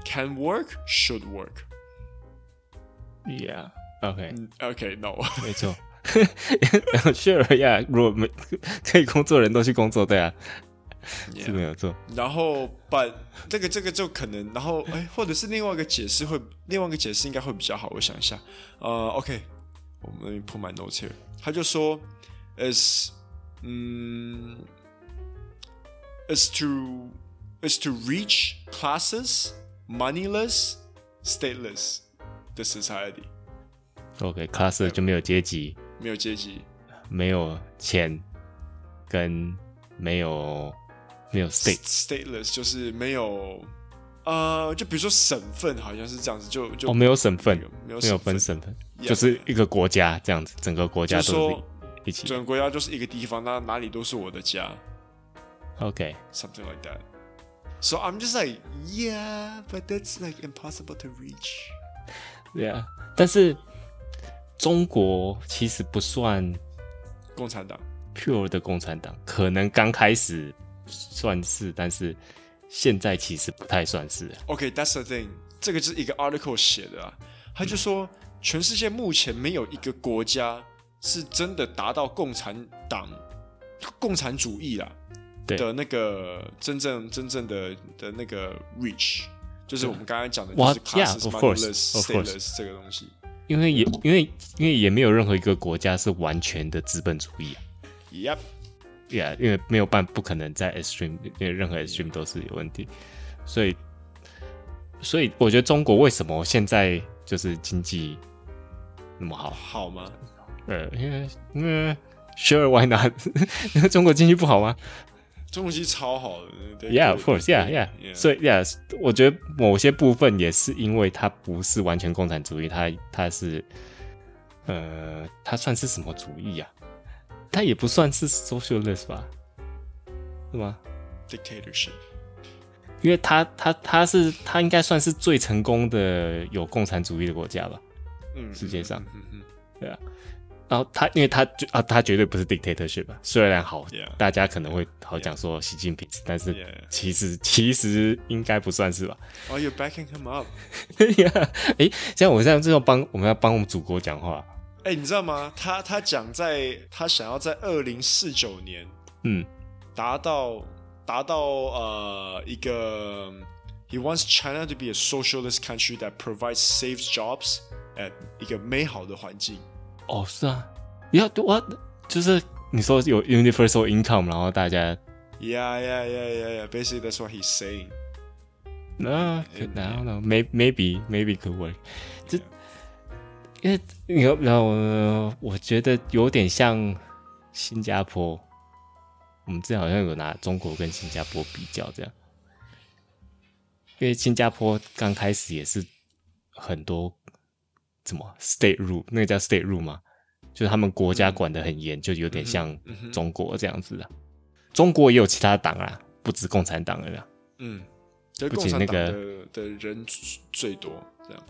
Speaker 1: can work should work.
Speaker 2: ，Yeah，OK，
Speaker 1: Okay, no.
Speaker 2: 没错 ，Sure，Yeah，如果没 可以工作的人都去工作，对啊，是没有错，
Speaker 1: 然后把这个这个就可能，然后哎，或者是另外一个解释会，另外一个解释应该会比较好。我想一下，呃，OK，我们 let me put my notes here。他就说，is 嗯，is to is to reach classes moneyless stateless 的 society，
Speaker 2: OK，class、就没有阶级，
Speaker 1: 没有阶级，
Speaker 2: 没有钱，跟没有没有 state，
Speaker 1: stateless 就是没有，呃，就比如说省份好像是这样子，就就
Speaker 2: 哦，没有省份，
Speaker 1: 没有
Speaker 2: 没有
Speaker 1: 省份
Speaker 2: 分省份，
Speaker 1: Yeah
Speaker 2: 就是一个国家这样子，整个国家
Speaker 1: 就是说
Speaker 2: 都是一起。
Speaker 1: 整个国家就是一个地方，那哪里都是我的家
Speaker 2: OK，
Speaker 1: ，something like that. So I'm just like, yeah, but that's like impossible to reach.
Speaker 2: 对啊，但是中国其实不算
Speaker 1: 共产党
Speaker 2: pure 的共产党，可能刚开始算是，但是现在其实不太算是。啊
Speaker 1: ，OK, that's the thing. 这个就是一个 article 写的啊，他就说，全世界目前没有一个国家是真的达到共产党、共产主义啦
Speaker 2: 对
Speaker 1: 的那个真正真正的的那个 reach，就是我们刚才讲的，就
Speaker 2: What?
Speaker 1: 是 classes,
Speaker 2: Yeah, of course,
Speaker 1: moneyless,
Speaker 2: of course.
Speaker 1: stateless 这个东西。
Speaker 2: 因为也因为因为也没有任何一个国家是完全的资本主义啊
Speaker 1: Yep.
Speaker 2: yeah，因为没有办，不可能在 extreme，因为任何 extreme 都是有问题，所以，所以我觉得中国为什么现在就是经济那么好？
Speaker 1: 好吗？
Speaker 2: 呃，因为因为 sure why not？因为 中国经济不好吗
Speaker 1: 中国其实超好的对
Speaker 2: ？Yeah, of course, yeah,
Speaker 1: 对
Speaker 2: yeah。
Speaker 1: yeah
Speaker 2: 所以 yeah，我觉得某些部分也是因为它不是完全共产主义，它它是呃，它算是什么主义啊？他也不算是 socialist 吧？是吗？
Speaker 1: dictatorship。
Speaker 2: 因为他他他是他应该算是最成功的有共产主义的国家吧？
Speaker 1: 嗯，
Speaker 2: 世界上
Speaker 1: 嗯，嗯嗯
Speaker 2: 然后他，因为他就啊，他绝对不是 dictatorship 啊。虽然好
Speaker 1: Yeah.
Speaker 2: 大家可能会好讲说习近平，但是
Speaker 1: Yeah.
Speaker 2: 其实其实应该不算是吧。
Speaker 1: 嗯 Oh, you're backing him up。
Speaker 2: 哎，像我们现在这种帮我们要帮我们祖国讲话，
Speaker 1: 哎、你知道吗？他他讲在，他想要在二零四九年
Speaker 2: 嗯，
Speaker 1: 达到达到呃一个，He wants China to be a socialist country that provides safe jobs and 一个美好的环境。
Speaker 2: 哦，是啊，要我就是你说有 universal income，然后大家
Speaker 1: Yeah, yeah, yeah, yeah, yeah. Basically, that's what he's saying.
Speaker 2: 那可能呢，may maybe maybe could work，这因为你要然后我我觉得有点像新加坡，我们之前好像有拿中国跟新加坡比较这样，因为新加坡刚开始也是很多怎么 state rule，那个叫 state rule 嘛，就是他们国家管得很严，就有点像中国这样子的。中国也有其他党啊，不止共产党了啦。
Speaker 1: 嗯，就是
Speaker 2: 不
Speaker 1: 共
Speaker 2: 仅
Speaker 1: 产
Speaker 2: 那
Speaker 1: 党
Speaker 2: 个
Speaker 1: 的、的人最多，这样。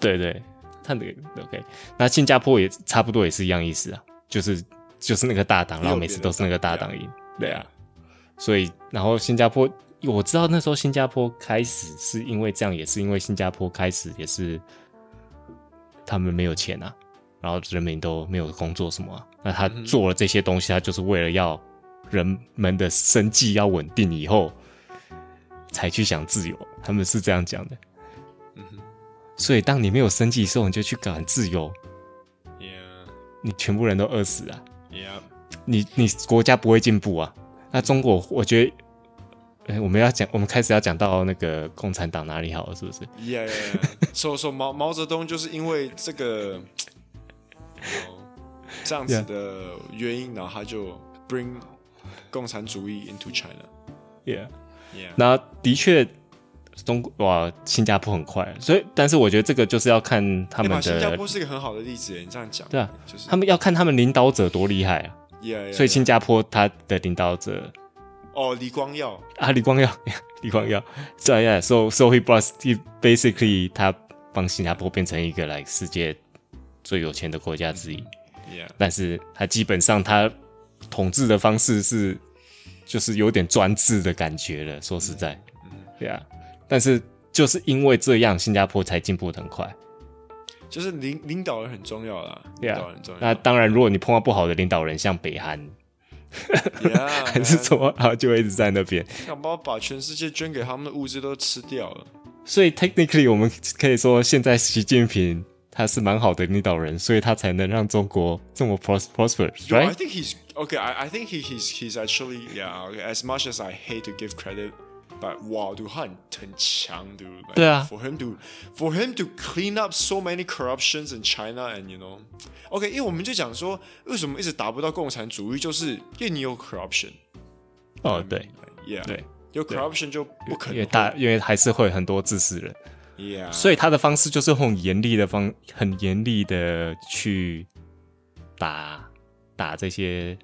Speaker 2: 对对，他那个 OK，那新加坡也差不多也是一样意思啊，就是就是那个大党，然后每次都是那个大党赢，对啊，所以然后新加坡我知道那时候新加坡开始是因为这样，也是因为新加坡开始也是他们没有钱啊，然后人民都没有工作什么、啊，那他做了这些东西，他就是为了要人们的生计要稳定以后，才去想自由，他们是这样讲的。所以，当你没有生计的时候，你就去搞自由，
Speaker 1: Yeah,
Speaker 2: 你全部人都饿死啊！
Speaker 1: yeah.
Speaker 2: 你你国家不会进步啊！那中国，我觉得，哎、我们要讲，我们开始要讲到那个共产党哪里好了，是不是？
Speaker 1: Yeah, yeah, yeah. so so 毛毛泽东就是因为这个哦这样子
Speaker 2: Yeah.
Speaker 1: 的原因，然后他就 bring 共产主义 into China。哎
Speaker 2: Yeah，
Speaker 1: Yeah，
Speaker 2: 那的确，中国哇，新加坡很快，所以，但是我觉得这个就是要看他
Speaker 1: 你
Speaker 2: 们
Speaker 1: 把新加
Speaker 2: 的，
Speaker 1: 坡是一个很好的例子耶，你这样讲，
Speaker 2: 对啊，
Speaker 1: 就是
Speaker 2: 他们要看他们领导者多厉害啊！
Speaker 1: Yeah，, yeah,
Speaker 2: 所以
Speaker 1: yeah.
Speaker 2: 新加坡他的领导者
Speaker 1: 哦，李光耀
Speaker 2: 啊，李光耀， 李光耀，这样，so so he brought he basically 他帮新加坡变成一个 like 世界最有钱的国家之一，
Speaker 1: ，Yeah，
Speaker 2: 但是他基本上他统治的方式是就是有点专制的感觉了，说实在，对啊，但是就是因为这样，新加坡才进步得很快。
Speaker 1: 就是领领导人很重要啦，领
Speaker 2: Yeah 啊
Speaker 1: 导人很重要。
Speaker 2: 那当然，如果你碰到不好的领导人，像北韩
Speaker 1: Yeah，
Speaker 2: 还 是
Speaker 1: man，
Speaker 2: 什么，他就会一直在那边。
Speaker 1: 想把把全世界捐给他们的物资都吃掉了。
Speaker 2: 所以 technically 我们可以说，现在习近平他是蛮好的领导人，所以他才能让中国这么 pros
Speaker 1: Yo, I
Speaker 2: prosper，right？
Speaker 1: think he's okay. I, I think he, he's he's actually yeah. Okay, as much as I hate to give credit, but wow, dude, 他很强 dude. Like,
Speaker 2: 对啊。
Speaker 1: For him to for him to clean up so many corruptions in China and you know, okay, 因为我们就讲说为什么一直达不到共产主义，就是因为你有 corruption.
Speaker 2: 哦，对，
Speaker 1: Yeah.
Speaker 2: 对。
Speaker 1: 有 corruption
Speaker 2: 因为大，因为还是会有很多自私人，
Speaker 1: Yeah.
Speaker 2: 所以他的方式就是很严厉的方，很严厉的去打打这些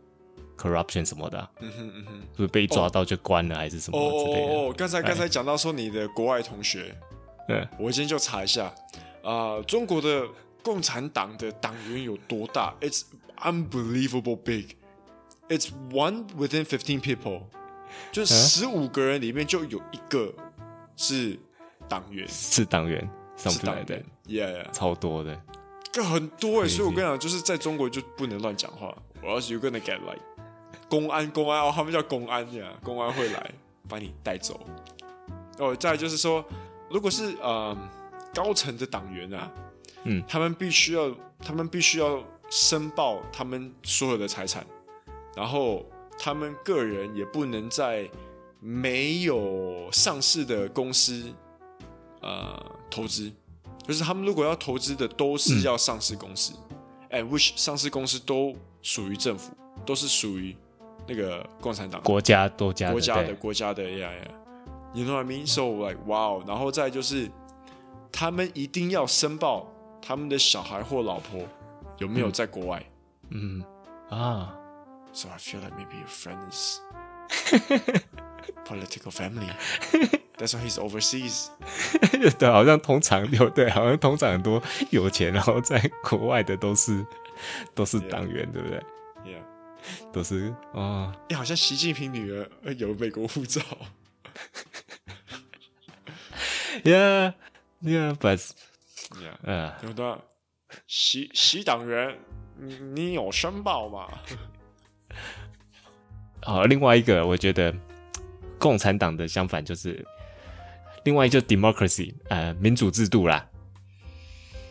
Speaker 2: corruption 什么的啊、是不是被抓到就关了还是什
Speaker 1: 哦
Speaker 2: 么之类的？
Speaker 1: 哦哦！刚才刚才讲到说你的国外同学，
Speaker 2: 嗯，
Speaker 1: 我今天就查一下，啊、中国的共产党的党员有多大？It's unbelievable big. It's one within fifteen people，就是十五个人里面就有一个是党员，
Speaker 2: 是党员上
Speaker 1: 是
Speaker 2: 不
Speaker 1: 党
Speaker 2: 来的
Speaker 1: 员，，Yeah，
Speaker 2: 超多的。
Speaker 1: 这很多哎、所以我跟你讲，就是在中国就不能乱讲话。我要是有 gonna get like 公安，公安哦，他们叫公安呀，公安会来把你带走。哦，再来就是说，如果是呃高层的党员啊，
Speaker 2: 嗯，
Speaker 1: 他们必须要，他们必须要申报他们所有的财产，然后他们个人也不能在没有上市的公司呃投资，就是他们如果要投资的都是要上市公司、a n d which 上市公司都属于政府，都是属于那个共产党
Speaker 2: 国家多家的，
Speaker 1: 国家的
Speaker 2: 对
Speaker 1: 国家的，yeah yeah，you know what I mean? So like wow，然后再就是他们一定要申报他们的小孩或老婆有没有在国外。
Speaker 2: 嗯啊，
Speaker 1: So I feel like maybe your friend is political family. That's why he's overseas.
Speaker 2: 对，好像通常有对，好像通常很多有钱然后在国外的都是都是党员对不对？
Speaker 1: Yeah，
Speaker 2: 都是哦，
Speaker 1: 哎、好像习近平女儿呃有美国护照。
Speaker 2: yeah yeah but
Speaker 1: Yeah，
Speaker 2: 呃，
Speaker 1: 有的习习党员，你你有申报吗？
Speaker 2: 好，另外一个我觉得共产党的相反就是，另外就 democracy，呃，民主制度啦，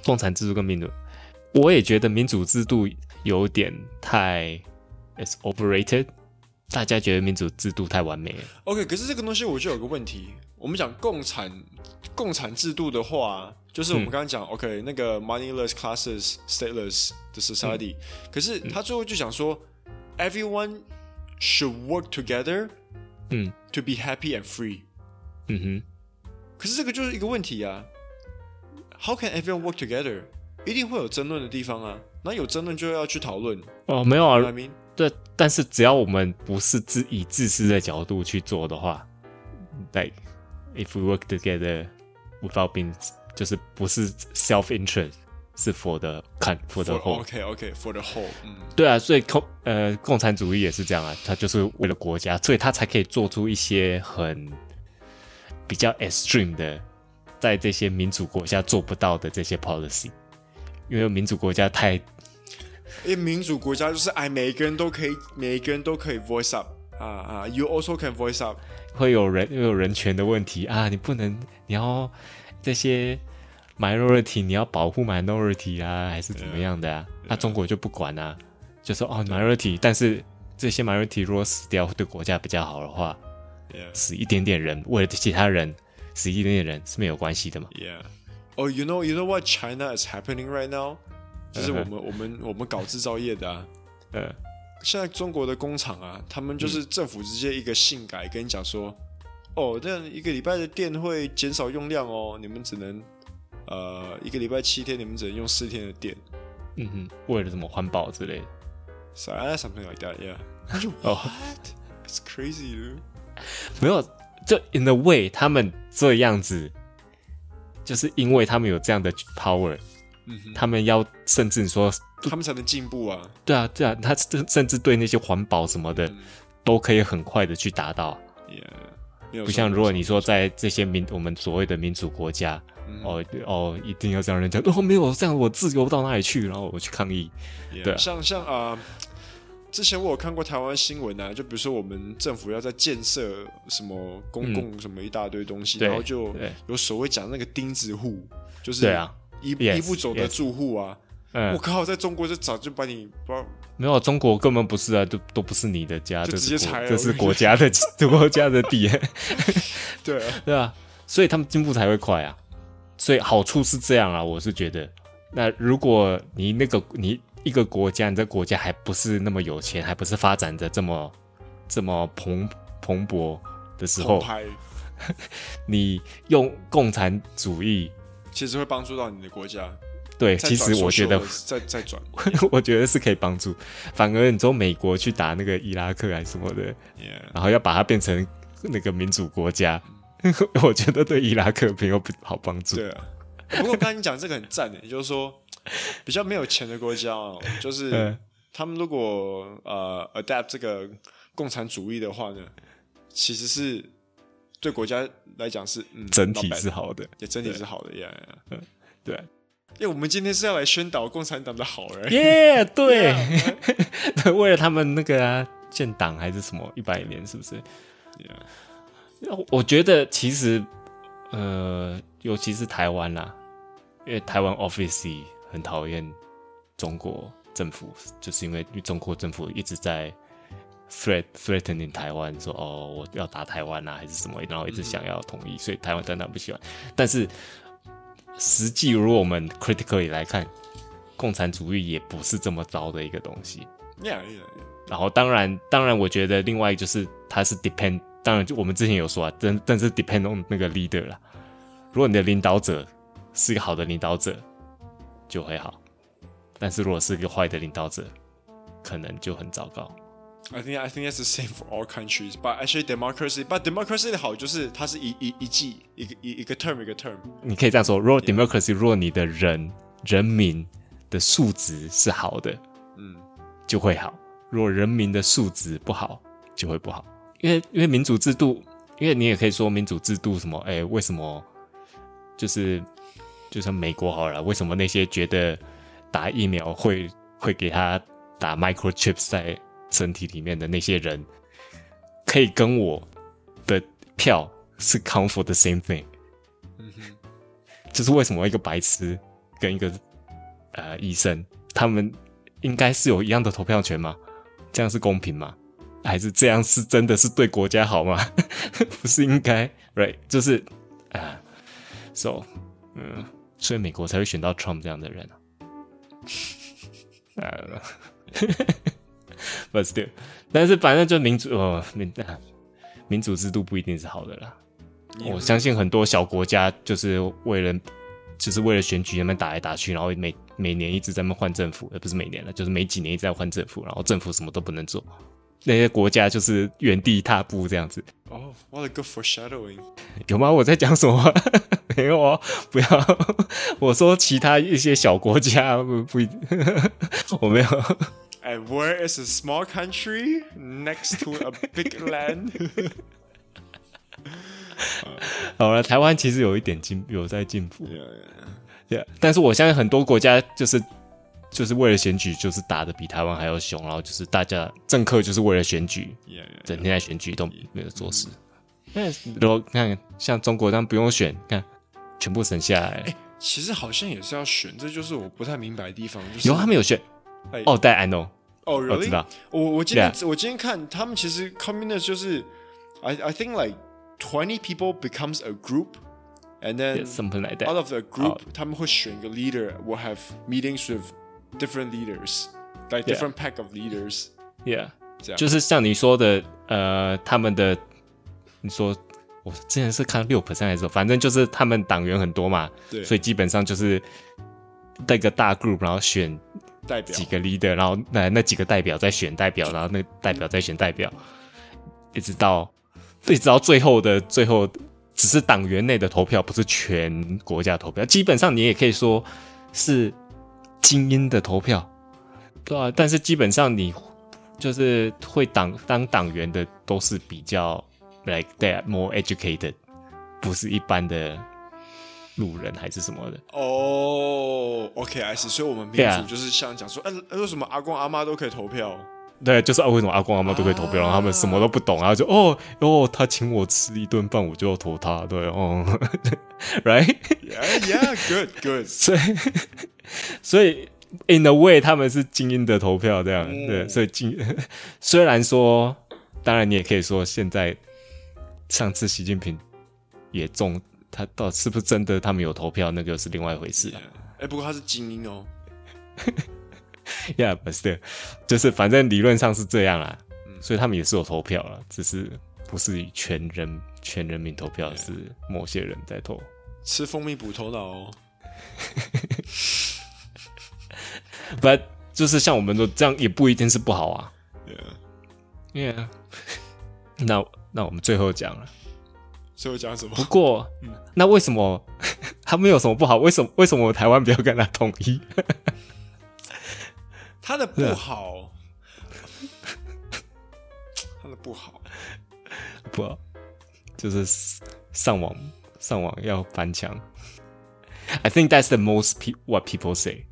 Speaker 2: 共产制度跟民主，我也觉得民主制度有点太 is overrated，大家觉得民主制度太完美了，
Speaker 1: OK，可是这个东西我就有个问题，我们讲共产共产制度的话，就是我
Speaker 2: 嗯
Speaker 1: 们刚刚讲、OK 那个 moneyless classes stateless
Speaker 2: 嗯
Speaker 1: 的 society，、可是他最后就讲说、everyone should work together，
Speaker 2: 嗯
Speaker 1: to be happy and free。
Speaker 2: 嗯
Speaker 1: 可是这个就是一个问题啊，How can everyone work together？一定会有争论的地方啊，那有争论就要去讨论。
Speaker 2: 哼，哦，没有啊
Speaker 1: You know what I mean，
Speaker 2: 对，但是只要我们不是自以自私的角度去做的话，like if we work together without being，就是不是 self interest，是 for the con for the whole。
Speaker 1: OK OK for the whole，嗯。
Speaker 2: 对啊，所以共呃共产主义也是这样啊，他就是为了国家，所以他才可以做出一些很比较 extreme 的，在这些民主国家做不到的这些 policy，因为民主国家太
Speaker 1: 因为民主国家就是哎，每个人都可以，每个人都可以 voice up 啊啊，you also can voice up。
Speaker 2: 会有人又有人权的问题啊，你不能，你要这些 minority，你要保护 minority 啊，还是怎么样的啊？那、中国就不管啊，就说哦 minority，但是这些 minority 如果死掉对国家比较好的话，
Speaker 1: Yeah,
Speaker 2: 死一点点人，为了其他人死一点点人是没有关系的嘛？
Speaker 1: yeah. Oh, you know, you know what China is happening right now？就是我们、我们我们搞制造业的啊，
Speaker 2: 呃，
Speaker 1: 现在中国的工厂啊，他们就是政府直接一个信改跟你讲说，哦，这样一个礼拜的电会减少用量哦，你们只能呃一个礼拜七天，你们只能用四天的电。
Speaker 2: 嗯哼，为了什么环保之类的。
Speaker 1: So I something like that, yeah. 我就
Speaker 2: Oh.
Speaker 1: What? It's crazy, dude.
Speaker 2: 没有，就 in a way，他们这样子，就是因为他们有这样的 power，、他们要甚至说，
Speaker 1: 他们才能进步啊。
Speaker 2: 对啊，对啊，他甚甚至对那些环保什么的，都可以很快的去达到。
Speaker 1: Yeah，没有
Speaker 2: 不
Speaker 1: 错
Speaker 2: 像如果你说在这些民我们所谓的民主国家，哦哦，一定要这样人家哦，没有这样我自由到哪里去？然后我去抗议，
Speaker 1: Yeah，
Speaker 2: 对啊
Speaker 1: 像像啊、呃之前我有看过台湾新闻啊，就比如说我们政府要在建设什么公共什么一大堆东西，
Speaker 2: 嗯对
Speaker 1: 然后就
Speaker 2: 对
Speaker 1: 有所谓讲那个钉子户，就是
Speaker 2: 对啊，
Speaker 1: 一
Speaker 2: Yes，
Speaker 1: 一步走的住户啊。
Speaker 2: 嗯
Speaker 1: 我靠，在中国就早就把你 不知道
Speaker 2: 没有，中国根本不是啊，都都不是你的家，
Speaker 1: 就
Speaker 2: 这
Speaker 1: 直接
Speaker 2: 是国
Speaker 1: 拆了
Speaker 2: 这是国家 的国家的地，
Speaker 1: 对啊，
Speaker 2: 对啊，所以他们进步才会快啊。所以好处是这样啊，我是觉得。那如果你那个你一个国家，你这国家还不是那么有钱，还不是发展的这么这么蓬蓬勃的时候
Speaker 1: 偷，拍
Speaker 2: 你用共产主义，
Speaker 1: 其实会帮助到你的国家。
Speaker 2: 对，
Speaker 1: 再
Speaker 2: 其实
Speaker 1: 转
Speaker 2: 我觉得
Speaker 1: social 的再再 转
Speaker 2: 我觉得是可以帮助。反而你从美国去打那个伊拉克还是什么的，
Speaker 1: ，Yeah，
Speaker 2: 然后要把它变成那个民主国家， 我觉得对伊拉克没有好帮助。
Speaker 1: 对啊。不过刚才你讲这个很赞的，也就是说比较没有钱的国家哦，就是。
Speaker 2: 嗯，
Speaker 1: 他们如果呃 adapt 这个共产主义的话呢，其实是对国家来讲是嗯
Speaker 2: 整体
Speaker 1: not bad
Speaker 2: 是好的，嗯
Speaker 1: 也整体是好的呀。Yeah, yeah, yeah
Speaker 2: 对。
Speaker 1: 因为我们今天是要来宣导共产党的好人。
Speaker 2: 耶、对 对，为了他们那个啊，建党还是什么一百年，是不是？
Speaker 1: Yeah,
Speaker 2: 我我觉得其实，呃，尤其是台湾啦，因为台湾 office 很讨厌中国政府，就是因为中国政府一直在 threat threatening 台湾，说哦我要打台湾啊，还是什么，然后一直想要统一，所以台湾当然不喜欢。但是实际如果我们 critically 来看，共产主义也不是这么糟的一个东西。
Speaker 1: yeah, yeah,
Speaker 2: 然后当然，当然，我觉得另外就是它是 depend，当然就我们之前有说啊，但但是 depend on 那个 leader 啦。如果你的领导者是一个好的领导者，就会好；但是如果是一个坏的领导者，可能就很糟糕。
Speaker 1: I think I think that's the same for all countries, but actually democracy, but democracy 的好就是它是一一一季一个一一个 term 一个 term，
Speaker 2: 你可以这样说：如果 democracy，如果你的人人民的素质是好的，
Speaker 1: 嗯，
Speaker 2: 就会好；如果人民的素质不好，就会不好。因为因为民主制度，因为你也可以说民主制度什么，哎、为什么就是就像美国好了，为什么那些觉得打疫苗会会给他打 microchips 在身体里面的那些人，可以跟我的票是 count for the same thing？就是为什么一个白痴跟一个呃医生，他们应该是有一样的投票权吗？这样是公平吗？还是这样是真的是对国家好吗？ 不是应该，right？就是啊、s o 嗯，所以美国才会选到 Trump 这样的人啊。I don't know. But still，但是反正就民主哦，民啊民主制度不一定是好的啦。我相信很多小国家就是为了，就是为了选举，他们打来打去，然后每每年一直在那边换政府，呃，不是每年了，就是每几年一直在换政府，然后政府什么都不能做，那些国家就是原地踏步这样子。
Speaker 1: 哦、oh,，what a good foreshadowing，
Speaker 2: 有吗？我在讲什么？ 没有哦，不要。我说其他一些小国家不不一 定，我没有。
Speaker 1: And where is a small country next to a big land？
Speaker 2: 好了，台湾其实有一点进，有在进步。
Speaker 1: Yeah, yeah.
Speaker 2: 对，但是我相信很多国家就是就是为了选举，就是打的比台湾还要凶，然后就是大家政客就是为了选举，
Speaker 1: Yeah, yeah,
Speaker 2: 整天在选举都没有做事。那如果看像中国，他们不用选，看全部省下来，
Speaker 1: 其实好像也是要选，这就是我不太明白的地方。就是
Speaker 2: 有啊他们有选
Speaker 1: 哎，
Speaker 2: 哦，对，I know，
Speaker 1: 哦、r e a
Speaker 2: 我
Speaker 1: l l
Speaker 2: 知
Speaker 1: y
Speaker 2: 道，
Speaker 1: 我我今天
Speaker 2: Yeah.
Speaker 1: 我今天看他们其实 communist 就是 I I think like twenty people becomes a group and then
Speaker 2: something like
Speaker 1: out
Speaker 2: that，
Speaker 1: of the
Speaker 2: Oh。
Speaker 1: group 他们会选一个 leader will have meetings with different leaders like
Speaker 2: Yeah.
Speaker 1: different pack of leaders
Speaker 2: Yeah，
Speaker 1: 这样
Speaker 2: 就是像你说的，呃，他们的，你说我之前是看六 percent 还是什么，反正就是他们党员很多嘛，
Speaker 1: 对
Speaker 2: 所以基本上就是那个大 group，然后选
Speaker 1: 代表
Speaker 2: 几个 leader，然后那那几个代表再选代表，然后那个代表再选代表，一直到一直到最后的最后，只是党员内的投票，不是全国家投票。基本上你也可以说是精英的投票，对啊。但是基本上你就是会党当党员的都是比较 like that more educated，不是一般的路人还是什么的。
Speaker 1: 哦、o k I see，所以我们民
Speaker 2: 对啊
Speaker 1: 主就是像讲说，哎、为什么阿公阿妈都可以投票？
Speaker 2: 对，就是、啊、为什么阿公阿妈都可以投票，然后他们什么都不懂，然后就哦哦，他请我吃一顿饭，我就要投他，对哦 ，right，
Speaker 1: Yeah, yeah, good, good.
Speaker 2: 所以所以 in a way 他们是精英的投票这样，对，所以精 虽然说，当然你也可以说现在上次习近平也中，他到底是不是真的他们有投票，那个是另外一回事
Speaker 1: Yeah. 哎、不过他是精英哦。
Speaker 2: Yeah, but still，就是反正理论上是这样啦，所以他们也是有投票啦，只是不是以全人全人民投票，是某些人在投。
Speaker 1: 吃蜂蜜补头脑哦。
Speaker 2: But 就是像我们说这样也不一定是不好啊。
Speaker 1: Yeah.
Speaker 2: Yeah，那那我们最后讲了，
Speaker 1: 所以我讲什么？
Speaker 2: 不过、那为什么 他们有什么不好？为什么为什么台湾不要跟他统一？
Speaker 1: 他的不 好，他的不好，
Speaker 2: 不好，就是上网上网要翻墙。I think that's the most pe what people say，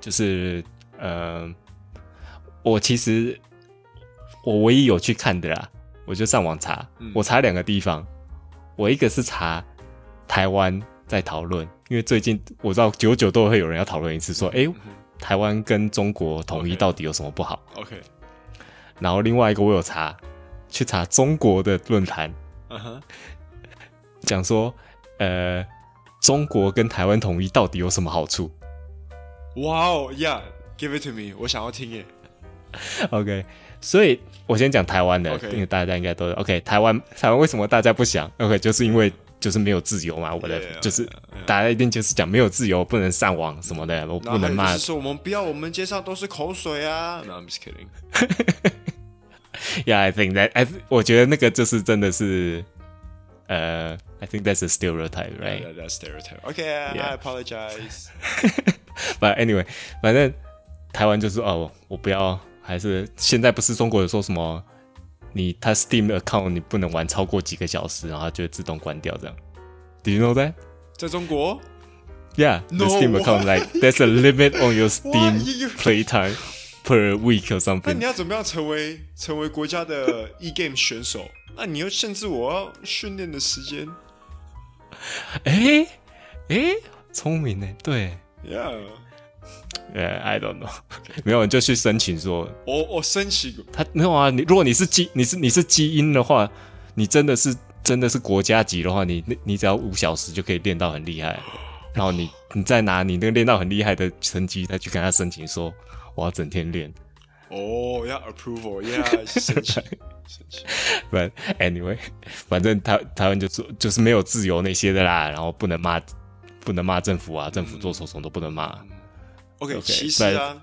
Speaker 2: 就是呃，我其实我唯一有去看的啦，我就上网查，我查两个地方，我一个是查台湾在讨论，因为最近我知道久久都会有人要讨论一次，说诶，台湾跟中国统一
Speaker 1: OK
Speaker 2: 到底有什么不好？
Speaker 1: OK，
Speaker 2: 然后另外一个我有查，去查中国的论坛，
Speaker 1: 嗯哼，
Speaker 2: 讲说，呃，中国跟台湾统一到底有什么好处
Speaker 1: 哇哦，Yeah，give it to me，我想要听耶。
Speaker 2: ？OK，所以我先讲台湾的
Speaker 1: OK
Speaker 2: 因为大家应该都 OK。台湾，台湾为什么大家不想 OK？就是因为就是没有自由嘛，我的
Speaker 1: Yeah, yeah,
Speaker 2: 就是大家一定就是讲没有自由，不能上网什么的，我
Speaker 1: 然后
Speaker 2: 不
Speaker 1: 还
Speaker 2: 能
Speaker 1: 有就
Speaker 2: 骂
Speaker 1: 是说，我们不要，我们街上都是口水啊。No, I'm just kidding.
Speaker 2: Yeah, I think that I th- 我觉得那个就是真的是，呃、i think that's a stereotype, right?
Speaker 1: Yeah, that's stereotype. Okay, I
Speaker 2: Yeah.
Speaker 1: apologize.
Speaker 2: But anyway，反正台湾就是哦，我不要，还是现在不是中国有说什么，你他 Steam account 你不能玩超过几个小时，然后它就会自动关掉这样。Do you know that?
Speaker 1: 在中国
Speaker 2: Yeah, the
Speaker 1: No,
Speaker 2: Steam account like there's a limit on your Steam
Speaker 1: What? You- you-
Speaker 2: playtime per week
Speaker 1: 那
Speaker 2: or
Speaker 1: 你
Speaker 2: something.
Speaker 1: 要怎么样成为成为国家的 e game 选手？那你又限制我要训练的时间
Speaker 2: 哎哎，聪明呢，对。
Speaker 1: ，Yeah，
Speaker 2: 呃、i don't know，没有，你就去申请说
Speaker 1: 我我申请
Speaker 2: 他没有啊。你如果你是基，你是你是基因的话，你真的是真的是国家级的话，你你你只要五小时就可以练到很厉害，然后你你再拿你那个练到很厉害的成绩，再去跟他申请说我要整天练。
Speaker 1: 哦，要 approval，Yeah，申 请申请。
Speaker 2: 不然 anyway，反正台台湾就做就是没有自由那些的啦，然后不能骂不能骂政府啊，政府做错什么都不能骂。
Speaker 1: OK，,
Speaker 2: OK，
Speaker 1: 其实啊，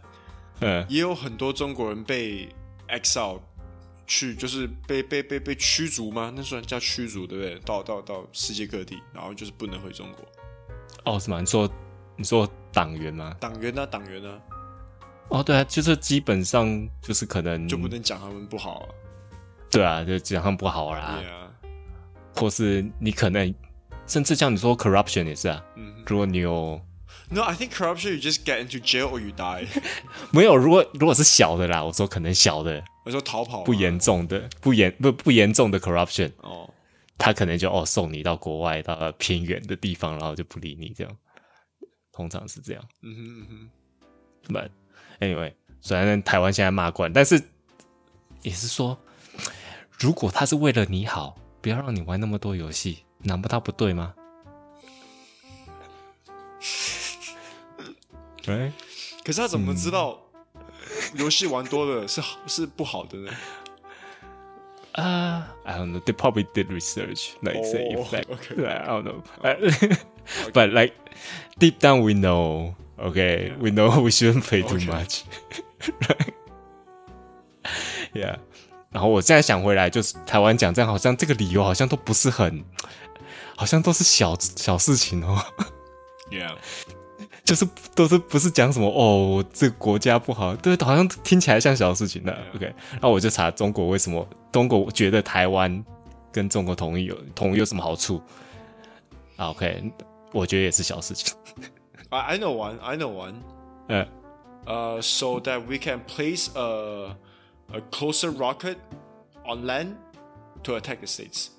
Speaker 2: 嗯，
Speaker 1: 也有很多中国人被 exile 去，就是被被被被驱逐吗？那算叫驱逐对不对？到到到世界各地，然后就是不能回中国。
Speaker 2: 哦，是吗？你说你说党员吗？
Speaker 1: 党员呢、啊党员呢、
Speaker 2: 哦，对啊，就是基本上就是可能
Speaker 1: 就不能讲他们不好啊。
Speaker 2: 对啊，就讲他们不好啦，
Speaker 1: 对啊，
Speaker 2: 或是你可能甚至像你说 corruption 也是啊，
Speaker 1: 嗯
Speaker 2: 如果你有
Speaker 1: ，No, I think corruption you just get into jail or you die 。
Speaker 2: 没有，如果如果是小的啦，我说可能小的
Speaker 1: 我说逃跑、啊、
Speaker 2: 不严重的不严不不严重的 corruption，
Speaker 1: 哦，
Speaker 2: 他可能就哦送你到国外到呃偏远的地方，然后就不理你这样，通常是这样。
Speaker 1: 嗯哼嗯哼，
Speaker 2: But anyway，虽然台湾现在骂惯，但是也是说，如果他是为了你好，不要让你玩那么多游戏，难不道不对吗？对，
Speaker 1: 可是他怎么知道游戏玩多了是好是不好 的呢？
Speaker 2: 啊、i don't know. They probably did research, like say
Speaker 1: Oh,
Speaker 2: effect.
Speaker 1: okay.
Speaker 2: I don't know. 哎 But like deep down, we know. Okay, we know we shouldn't play too
Speaker 1: Okay.
Speaker 2: much. yeah. 然后我现在想回来，就是台湾讲这样，好像这个理由好像都不是很，好像都是小小事情哦，
Speaker 1: Yeah，
Speaker 2: 就是都是不是讲什么哦，这个国家不好，对，好像听起来像小事情的。
Speaker 1: Yeah.
Speaker 2: OK，然后我就查中国为什么中国觉得台湾跟中国统一有统一有什么好处啊？OK，我觉得也是小事情。
Speaker 1: I I know one, I know one.
Speaker 2: 呃，
Speaker 1: uh, so that we can place a, a closer rocket on land to attack the states.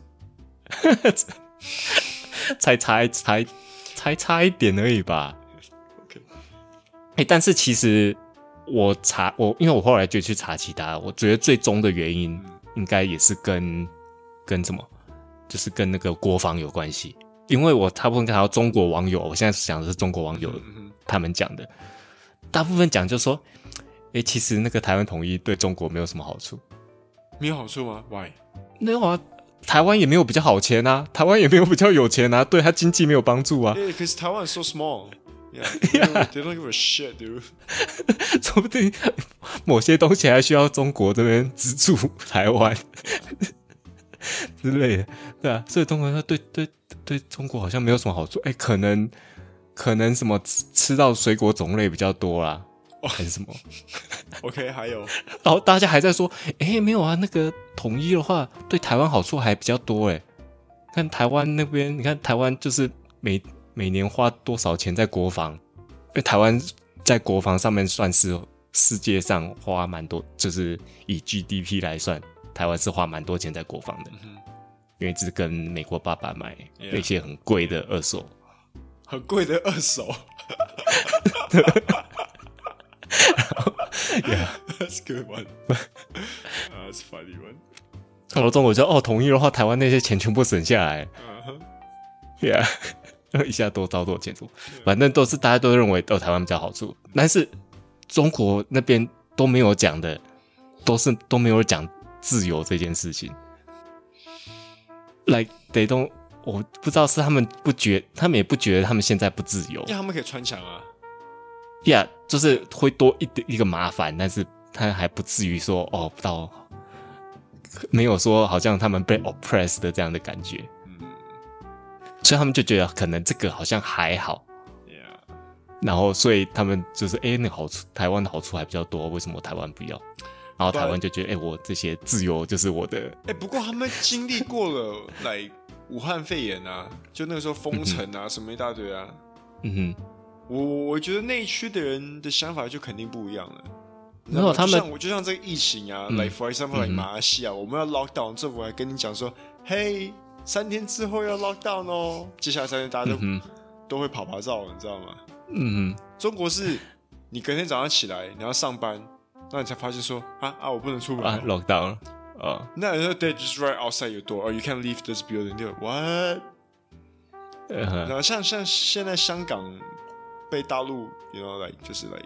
Speaker 2: 才差才才差一点而已吧。
Speaker 1: OK，
Speaker 2: 哎、但是其实我查我，因为我后来就去查其他，我觉得最终的原因应该也是跟跟什么，就是跟那个国防有关系。因为我大部分看到中国网友，我现在想的是中国网
Speaker 1: 嗯
Speaker 2: 友
Speaker 1: Mm-hmm.
Speaker 2: 他们讲的，大部分讲就说，哎、其实那个台湾统一对中国没有什么好处。
Speaker 1: Mm-hmm. 没有好处吗？Why？
Speaker 2: 没有啊，台湾也没有比较好钱啊，台湾也没有比较有钱啊，对他经济没有帮助啊。
Speaker 1: Yeah, because Taiwan is so small. Yeah, they don't, they don't give a shit, dude.
Speaker 2: 说不定某些东西还需要中国这边资助台湾 之类的，对啊，所以中国人说对对对中国好像没有什么好处，哎，可能可能什么吃吃到水果种类比较多啦，还是什么？
Speaker 1: OK，还有
Speaker 2: 然后大家还在说，哎，没有啊，那个统一的话对台湾好处还比较多哎，看台湾那边，你看台湾就是每每年花多少钱在国防，因为台湾在国防上面算是世界上花蛮多，就是以 GDP 来算，台湾是花蛮多钱在国防的，因为这是跟美国爸爸买
Speaker 1: Yeah
Speaker 2: 那些很贵的二手。
Speaker 1: 很贵的二手。yeah, that's good one. Uh, that's funny one.
Speaker 2: 然后中国就哦，统一的话，台湾那些钱全部省下来，
Speaker 1: Uh-huh.
Speaker 2: Yeah，一 下多招多钱多，反正都是大家都认为哦台湾比较好处，但是中国那边都没有讲的，都是都没有讲自由这件事情。Like they don't，我不知道是他们不觉，他们也不觉得他们现在不自由。
Speaker 1: 因为他们可以穿墙啊。
Speaker 2: Yeah，就是会多一点一个麻烦，但是他还不至于说哦到没有说好像他们被 oppressed 的这样的感觉，
Speaker 1: 嗯
Speaker 2: 所以他们就觉得可能这个好像还好，
Speaker 1: ，Yeah，
Speaker 2: 然后所以他们就是哎、诶那个好处台湾的好处还比较多，为什么台湾不要？然后台湾就觉得哎、诶我这些自由就是我的，
Speaker 1: 哎、不过他们经历过了来武汉肺炎啊，就那个时候封城啊，什么一大堆啊，
Speaker 2: 嗯哼，
Speaker 1: 我我觉得那一区的人的想法就肯定不一样了。你知道
Speaker 2: 没有
Speaker 1: 吗
Speaker 2: 他
Speaker 1: 就
Speaker 2: 们
Speaker 1: 像我就像这个疫情啊，
Speaker 2: 嗯
Speaker 1: 来、for example 来、
Speaker 2: 嗯哼
Speaker 1: 马来西亚，我们要 lock down，政府还跟你讲说，嘿，三天之后要 lock down 哦，接下来三天大家都、
Speaker 2: 嗯
Speaker 1: 都会跑爬照，你知道吗？
Speaker 2: 嗯哼，
Speaker 1: 中国是，你隔天早上起来你要上班，那你才发现说啊啊，我不能出门、
Speaker 2: 啊
Speaker 1: 哦。
Speaker 2: ，lock down 了，哦，
Speaker 1: 那人家 they just right outside your door, or you can't leave this building. 就 what？
Speaker 2: 嗯哼
Speaker 1: 然后像像现在香港被大陆，you know like 就是 like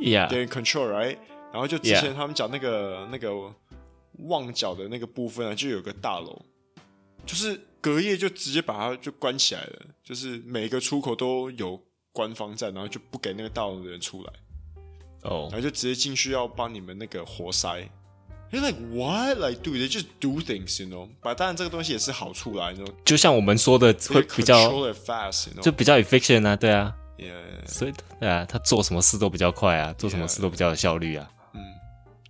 Speaker 2: ，yeah，
Speaker 1: they're in control right？然后就之
Speaker 2: 啊 Yeah.
Speaker 1: 前他们讲那个那个旺角的那个部分啊，就有个大楼，就是隔夜就直接把它就关起来了，就是每个出口都有官方在，然后就不给那个大楼的人出来。
Speaker 2: 哦
Speaker 1: 然，后就直接进去要帮你们那个活塞。You're like what? Like dude, they just do things, you know. But 当然这个东西也是好处啦，你 know，
Speaker 2: 就像我们说的会
Speaker 1: they
Speaker 2: 比较
Speaker 1: control it fast, you know.
Speaker 2: 就比较 efficient 啊，对啊，
Speaker 1: Yeah, yeah,
Speaker 2: 所以对啊，他做什么事都比较快啊，做什么
Speaker 1: Yeah.
Speaker 2: 事都比较有效率啊。
Speaker 1: 嗯，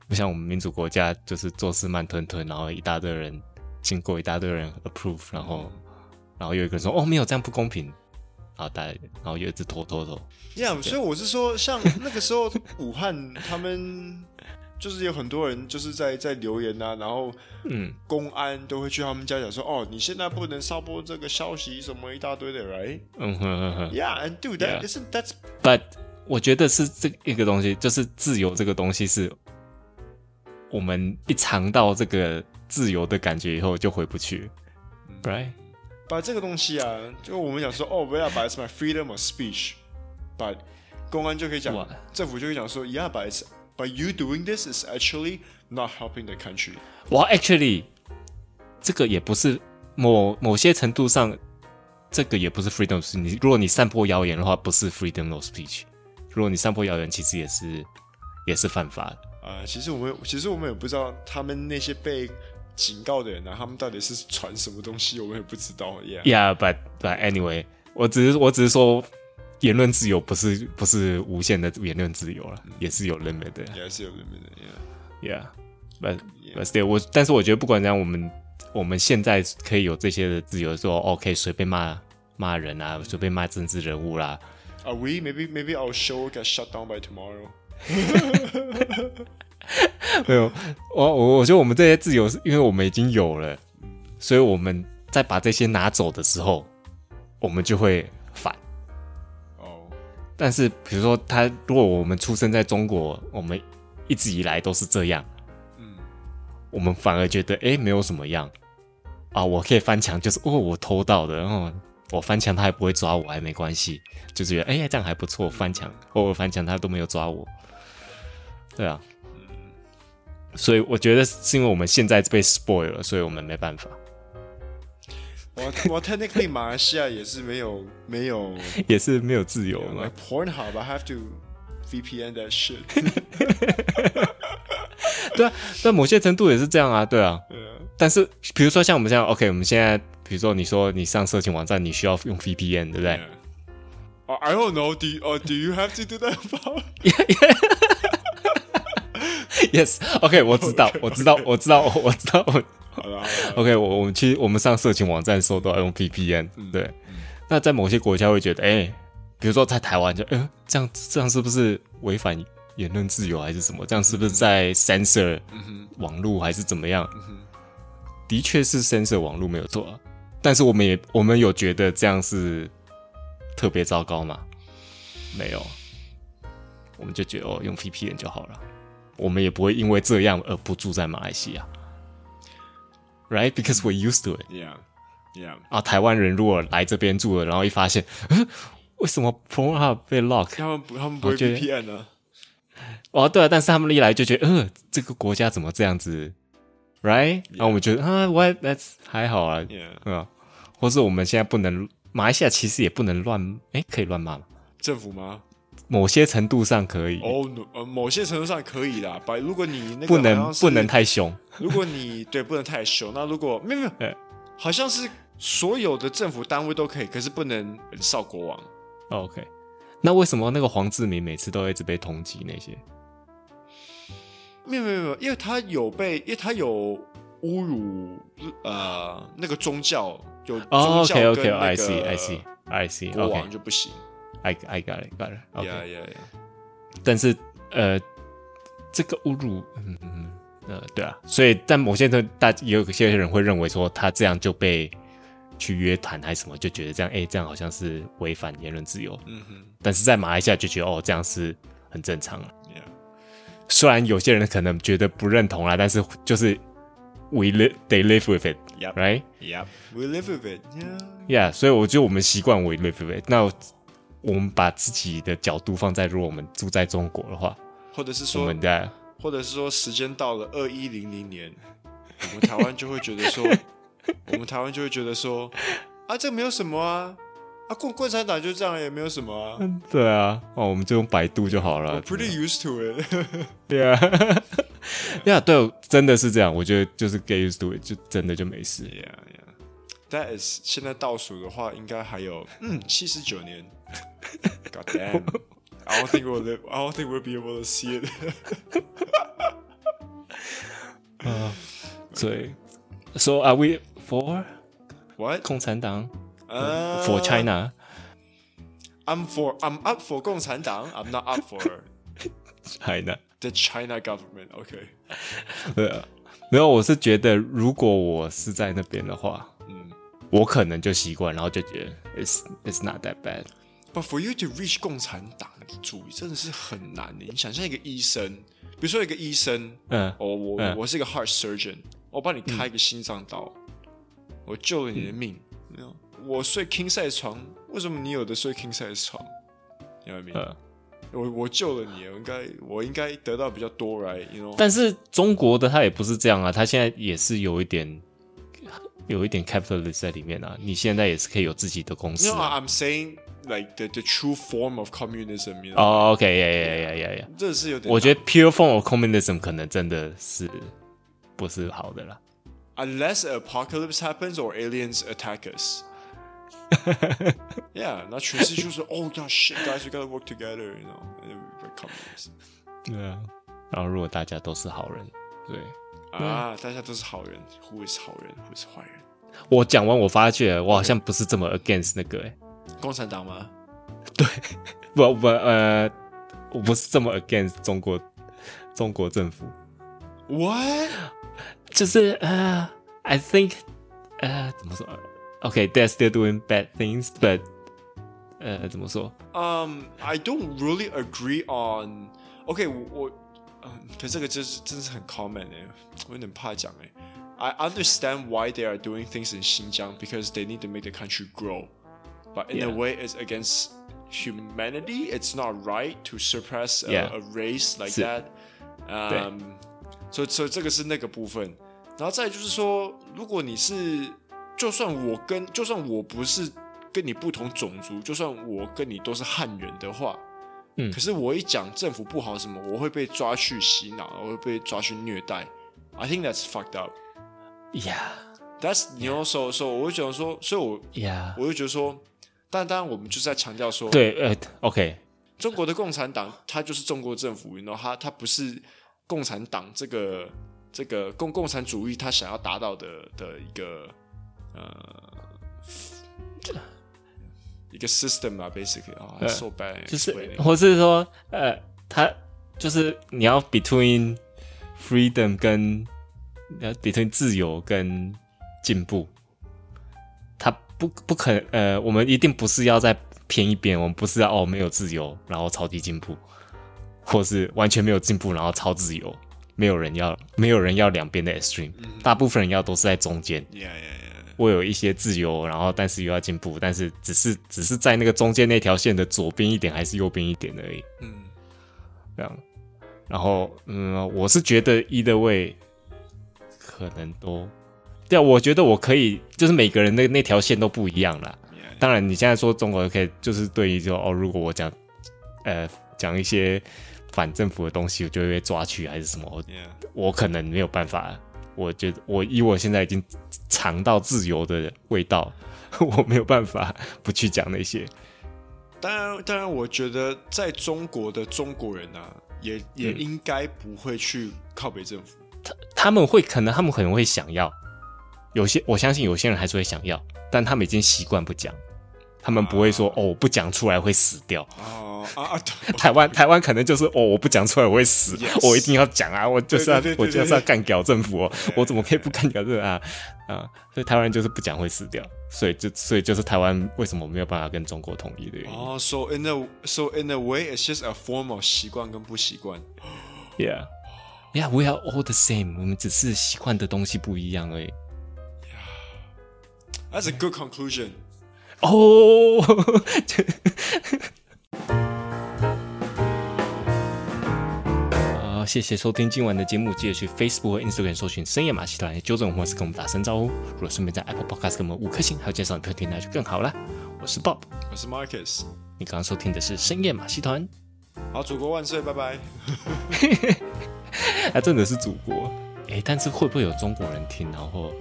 Speaker 2: 不像我们民主国家，就是做事慢吞吞，然后一大堆人经过一大堆人 approve，然后然后又有一个人说哦没有这样不公平，然后大家然后又一直拖拖拖，
Speaker 1: yeah。所以我是说，像那个时候武汉他们就是有很多人就是在在留言啊，然后
Speaker 2: 嗯
Speaker 1: 公安都会去他们家讲说，哦，你现在不能散播这个消息，什么一大堆的，right?
Speaker 2: 嗯哼哼哼
Speaker 1: Yeah, and dude, that
Speaker 2: Yeah.
Speaker 1: isn't that's
Speaker 2: ，but 我觉得是这一个东西，就是自由这个东西是，我们一尝到这个自由的感觉以后就回不去了，right？
Speaker 1: 把这个东西啊，就我们讲说，哦，不要把 it's my freedom of speech，把公安就可以讲
Speaker 2: 哇，
Speaker 1: 政府就可以讲说，yeah，but it's but you doing this is actually not helping the country。
Speaker 2: 哇，actually，这个也不是某某些程度上，这个也不是 freedom of speech。你如果你散播谣言的话，不是 freedom of speech。如果你散播谣言，其实也是也是犯法的。
Speaker 1: 啊、其实我们其实我们也不知道他们那些被警告的人啊，他们到底是传什么东西，我们也不知道，yeah。
Speaker 2: Yeah，but but anyway，我只是我只是说，言论自由不是不是无限的言论自由了，也是有 limit 的。
Speaker 1: 也是有 limit 的，yeah。
Speaker 2: Yeah，but but still，我但是我觉得不管怎样，我们我们现在可以有这些的自由，说哦，可以随便骂骂人啊，随便骂政治人物啦、
Speaker 1: Are 啊 we maybe maybe our show will get shut down by tomorrow？
Speaker 2: 没有，我我我觉得我们这些自由是因为我们已经有了，所以我们在把这些拿走的时候，我们就会反。
Speaker 1: 哦、
Speaker 2: 但是比如说他，如果我们出生在中国，我们一直以来都是这样，
Speaker 1: 嗯，
Speaker 2: 我们反而觉得诶没有什么样啊，我可以翻墙，就是哦我偷到的，哦我翻墙他还不会抓我，还没关系，就是觉得诶这样还不错，翻墙偶尔翻墙他都没有抓我，对啊，所以我觉得是因为我们现在被 spoil 了，所以我们没办法，
Speaker 1: 我我 technically 马来西亚也是没有没有
Speaker 2: 也是没有自由
Speaker 1: Yeah,
Speaker 2: 嘛
Speaker 1: like。Pornhub, I have to VPN that shit.
Speaker 2: 对啊，但某些程度也是这样啊，对啊。
Speaker 1: yeah.
Speaker 2: 但是比如说像我们现在 OK，我们现在比如说你说你上色情网站，你需要用 VPN，对不对？
Speaker 1: yeah. Oh, I don't know. Do you, oh, do you have to do that? Bob?
Speaker 2: Yes, OK，我知 道，我知道，我知道，我我知道。我
Speaker 1: 好了好了
Speaker 2: OK，我我们去我们上色情网站的时候都要用 VPN，对。那在某些国家会觉得，哎、比如说在台湾就，哎、这样这样是不是违反言论自由还是什么？这样是不是在 censor 网络还是怎么样？的确是 censor 网络没有错、啊，但是我们也我们有觉得这样是特别糟糕吗？没有，我们就觉得哦，用 VPN 就好了。我们也不会因为这样而不住在马来西亚，right? Because we're used to it.
Speaker 1: Yeah, yeah.
Speaker 2: 啊，台湾人如果来这边住了，然后一发现，嗯为什么 Pornhub 被 lock？
Speaker 1: 他们不他们不会
Speaker 2: 我觉得
Speaker 1: VPN 呢、
Speaker 2: 哦，对啊，但是他们一来就觉得，呃，这个国家怎么这样子，right？然后我们觉得啊，what that's 还好啊，
Speaker 1: Yeah.
Speaker 2: 嗯啊，或是我们现在不能，马来西亚其实也不能乱，哎，可以乱骂吗？
Speaker 1: 政府吗？
Speaker 2: 某些程度上可以，
Speaker 1: 哦，呃，某些程度上可以啦，把如果你那个
Speaker 2: 不
Speaker 1: 好
Speaker 2: 能
Speaker 1: 像是
Speaker 2: 不能，太凶。
Speaker 1: 如果你对不能太凶，那如果没有没有，
Speaker 2: 呃，
Speaker 1: 好像是所有的政府单位都可以，可是不能少国王。
Speaker 2: 哦 OK，那为什么那个黄志明每次都一直被通缉那些？
Speaker 1: 没有没有没有，因为他有被，因为他有侮辱呃那个宗教，有
Speaker 2: 哦、
Speaker 1: 宗
Speaker 2: o
Speaker 1: 教
Speaker 2: k
Speaker 1: 跟
Speaker 2: OK
Speaker 1: 那个
Speaker 2: I see I see I see
Speaker 1: 国
Speaker 2: OK
Speaker 1: 王就不行。
Speaker 2: I I got it got it OK，、
Speaker 1: 呀呀呀！
Speaker 2: 但是呃，这个侮辱，嗯嗯呃，对啊，所以但某些人大也有些人会认为说他这样就被去约谈还是什么，就觉得这样哎、这样好像是违反言论自由，
Speaker 1: 嗯哼
Speaker 2: 但是在马来西亚就觉得哦这样是很正常了。
Speaker 1: ，Yeah，
Speaker 2: 虽然有些人可能觉得不认同啦，但是就是 we live they live with it
Speaker 1: Yup.
Speaker 2: right。
Speaker 1: Yep，we live with it. Yeah，
Speaker 2: Yeah，所以我觉得我们习惯为 live with it。那我我们把自己的角度放在，如果我们住在中国的话，
Speaker 1: 或者是说
Speaker 2: 我们，在
Speaker 1: 或者是说，时间到了二一零零年，我们台湾就会觉得说，我们台湾就会觉得说，啊，这没有什么啊，啊，共共产党就这样，也没有什么啊。
Speaker 2: 嗯，对啊，哦，我们就用百度就好了。
Speaker 1: I'm pretty used to it
Speaker 2: 对啊， 对啊，对，真的是这样。我觉得就是 get used to it，就真的就没事。
Speaker 1: Yeah, yeah. That is 现在倒数的话，应该还有嗯七十九年。God damn. I don't think we'll live. I don't think we'll be able to see it.
Speaker 2: 所以，so are we for
Speaker 1: What?
Speaker 2: 共产党
Speaker 1: Uh,
Speaker 2: for China？
Speaker 1: I'm for. I'm up for 共产党. I'm not up for
Speaker 2: China，
Speaker 1: the China government. Okay.
Speaker 2: 对啊，没有，我是觉得如果我是在那边的话，
Speaker 1: 嗯
Speaker 2: 我可能就习惯，然后就觉得 it's it's not that bad。
Speaker 1: But for you to reach 共产党，你主义真的是很难的。你想象一个医生，比如说一个医生，
Speaker 2: 嗯
Speaker 1: 哦，我、
Speaker 2: 嗯
Speaker 1: 我是一个 heart surgeon，我帮你开一个心脏刀，
Speaker 2: 嗯
Speaker 1: 我救了你的命。没有，我睡 king size 床，为什么你有的睡 king size 床？你 I mean？、
Speaker 2: 呃，
Speaker 1: 我我救了你，我应该我应该得到比较多，right？You know？
Speaker 2: 但是中国的它也不是这样啊，它现在也是有一点有一点 capitalist 在里面啊。你现在也是可以有自己的公司
Speaker 1: No,
Speaker 2: 啊。
Speaker 1: I'm saying like the the true form of communism. You know?
Speaker 2: 哦、o k 呀呀呀呀呀！
Speaker 1: 这是有点难，
Speaker 2: 我觉得 pure form of communism 可能真的是不是好的啦。
Speaker 1: unless an apocalypse happens or aliens attack us. yeah, not true. It's just oh gosh, shit, guys, we gotta work together, you know. And then we become this.
Speaker 2: 对啊，然后如果大家都是好人，对
Speaker 1: Ah, 大家都是好人. Who is 好人? Who is 坏人？
Speaker 2: 我讲完，我发觉我好像不是这么 against 那个、欸，
Speaker 1: 共产党吗？
Speaker 2: 不不呃，我不是这么 against 中国中国政府。
Speaker 1: What?
Speaker 2: 就是呃、i think 呃、怎么说？OK，they're、still doing bad things，but 呃，怎么说？
Speaker 1: Um, I don't really agree on. Okay, um, 我我嗯，可这个真是真是很 common 哎、欸，我有点怕讲哎、欸。I understand why they are doing things in Xinjiang because they need to make the country grow, but in a
Speaker 2: Yeah.
Speaker 1: way it's against humanity. It's not right to suppress a,
Speaker 2: Yeah.
Speaker 1: a race like
Speaker 2: 是
Speaker 1: that. Um, 所以所以这个是那个部分。然后再就是说，如果你是，就算我跟，就算我不是跟你不同种族，就算我跟你都是汉人的话，
Speaker 2: 嗯
Speaker 1: 可是我一讲政府不好什么，我会被抓去洗脑，我会被抓去虐待。I think that's fucked up.
Speaker 2: Yeah,
Speaker 1: That's you know, so so 我就觉得说，所以我
Speaker 2: yeah.
Speaker 1: 我就觉得说，但当然我们就是在强调说，
Speaker 2: 对，呃，OK，
Speaker 1: 中国的共产党，它就是中国政府，然后它它不是共产党这个这个共共产主义它想要达到的的一个呃一个 system 啊，basically 啊、
Speaker 2: 呃
Speaker 1: s o bad，
Speaker 2: 就是，
Speaker 1: explaining
Speaker 2: 或是说，呃，他就是你要 between freedom 跟呃 between 自由跟进步，他不不可能，呃，我们一定不是要在偏一边，我们不是要哦没有自由，然后超级进步，或是完全没有进步，然后超自由，没有人要，没有人要两边的 extreme，大部分人要都是在中间。
Speaker 1: yeah yeah
Speaker 2: 我有一些自由，然后但是又要进步，但是只是只是在那个中间那条线的左边一点还是右边一点而已，
Speaker 1: yeah，嗯
Speaker 2: 这样。然后，嗯，我是觉得一的位可能都，对啊，我觉得我可以，就是每个人的那条线都不一样啦。
Speaker 1: ，yeah，
Speaker 2: 当然，你现在说中国可以，就是对于就哦，如果我讲呃讲一些反政府的东西，我就会被抓去还是什么，我
Speaker 1: Yeah.
Speaker 2: 我可能没有办法。我觉得我以我现在已经尝到自由的味道， 我没有办法不去讲那些。
Speaker 1: 当然，当然，我觉得在中国的中国人啊，也
Speaker 2: 嗯
Speaker 1: 也应该不会去靠北政府。
Speaker 2: 他们会可能他们可能会想要，有些我相信有些人还是会想要，但他们已经习惯不讲，他们不会说、哦我不讲出来会死掉。
Speaker 1: 哦啊啊！对
Speaker 2: 台湾台湾可能就是哦我不讲出来我会死
Speaker 1: Yes
Speaker 2: 我一定要讲啊，我就是要
Speaker 1: 对对对对
Speaker 2: 我就是要干掉政府哦，
Speaker 1: 对
Speaker 2: 我怎么可以不干掉这个啊啊？所以台湾人就是不讲会死掉，所以就所以就是台湾为什么没有办法跟中国统一的原因。
Speaker 1: 哦、s o in a so in a way, it's just a form of 习惯跟不习惯。
Speaker 2: Yeah, yeah, we are all the same，我们只是习惯的东西不一样而已。
Speaker 1: That's a good conclusion.
Speaker 2: 哦， 好，呃谢谢收听今晚的节目，记得去 Facebook 和 Instagram 搜寻“深夜马戏团”，纠正我们或是跟我们打声招呼。如果顺便在 Apple Podcast 给我们五颗星，还有介绍你朋友听，那就更好啦。我是 Bob，
Speaker 1: 我是 Marcus，
Speaker 2: 你刚刚收听的是《深夜马戏团
Speaker 1: 好，祖国万岁，拜拜。》，
Speaker 2: 啊，真的是祖国。诶，但是会不会有中国人听，然后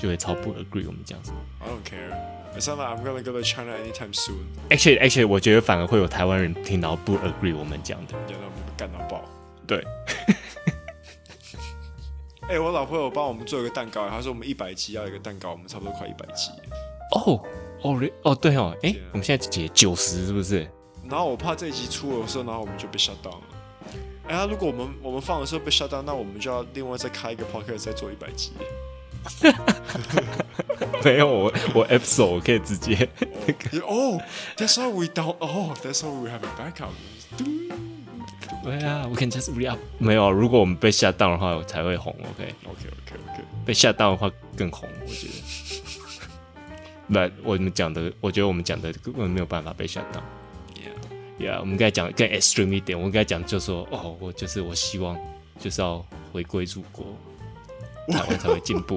Speaker 2: 就会超不 agree 我们这样子
Speaker 1: I don't care. It's not like I'm gonna go to China anytime soon.
Speaker 2: ？Actually, actually，我觉得反而会有台湾人听，然后不 agree 我们讲的。
Speaker 1: 演到干到爆。
Speaker 2: 对，
Speaker 1: 哎、我老婆有帮我们做一个蛋糕，她说我们一百集要一个蛋糕，我们差不多快一百集。
Speaker 2: 哦哦，re- 哦对哦，哎
Speaker 1: Yeah，
Speaker 2: 我们现在几集九十是不是？
Speaker 1: 然后我怕这一集出的时候，然后我们就被 shut down 了。哎、呀，如果我们我们放的时候被 shut down，那我们就要另外再开一个 podcast 再做一百集。
Speaker 2: 没有，我我 episode 我可以直接
Speaker 1: 哦、t h a t s why we don't. Oh, that's why we have a backup.
Speaker 2: 对啊，我 can just re up。没有，啊如果我们被吓到的话，我才会红。OK，
Speaker 1: OK, OK, OK.
Speaker 2: 被吓到的话更红，我觉 得。那我们讲的，我觉得我们讲的根本没有办法被吓到。
Speaker 1: Yeah.
Speaker 2: Yeah，我们应该讲更 extreme 一点，我应该讲就说，哦，我就是 我希望就是要回归祖国，台湾才会进步。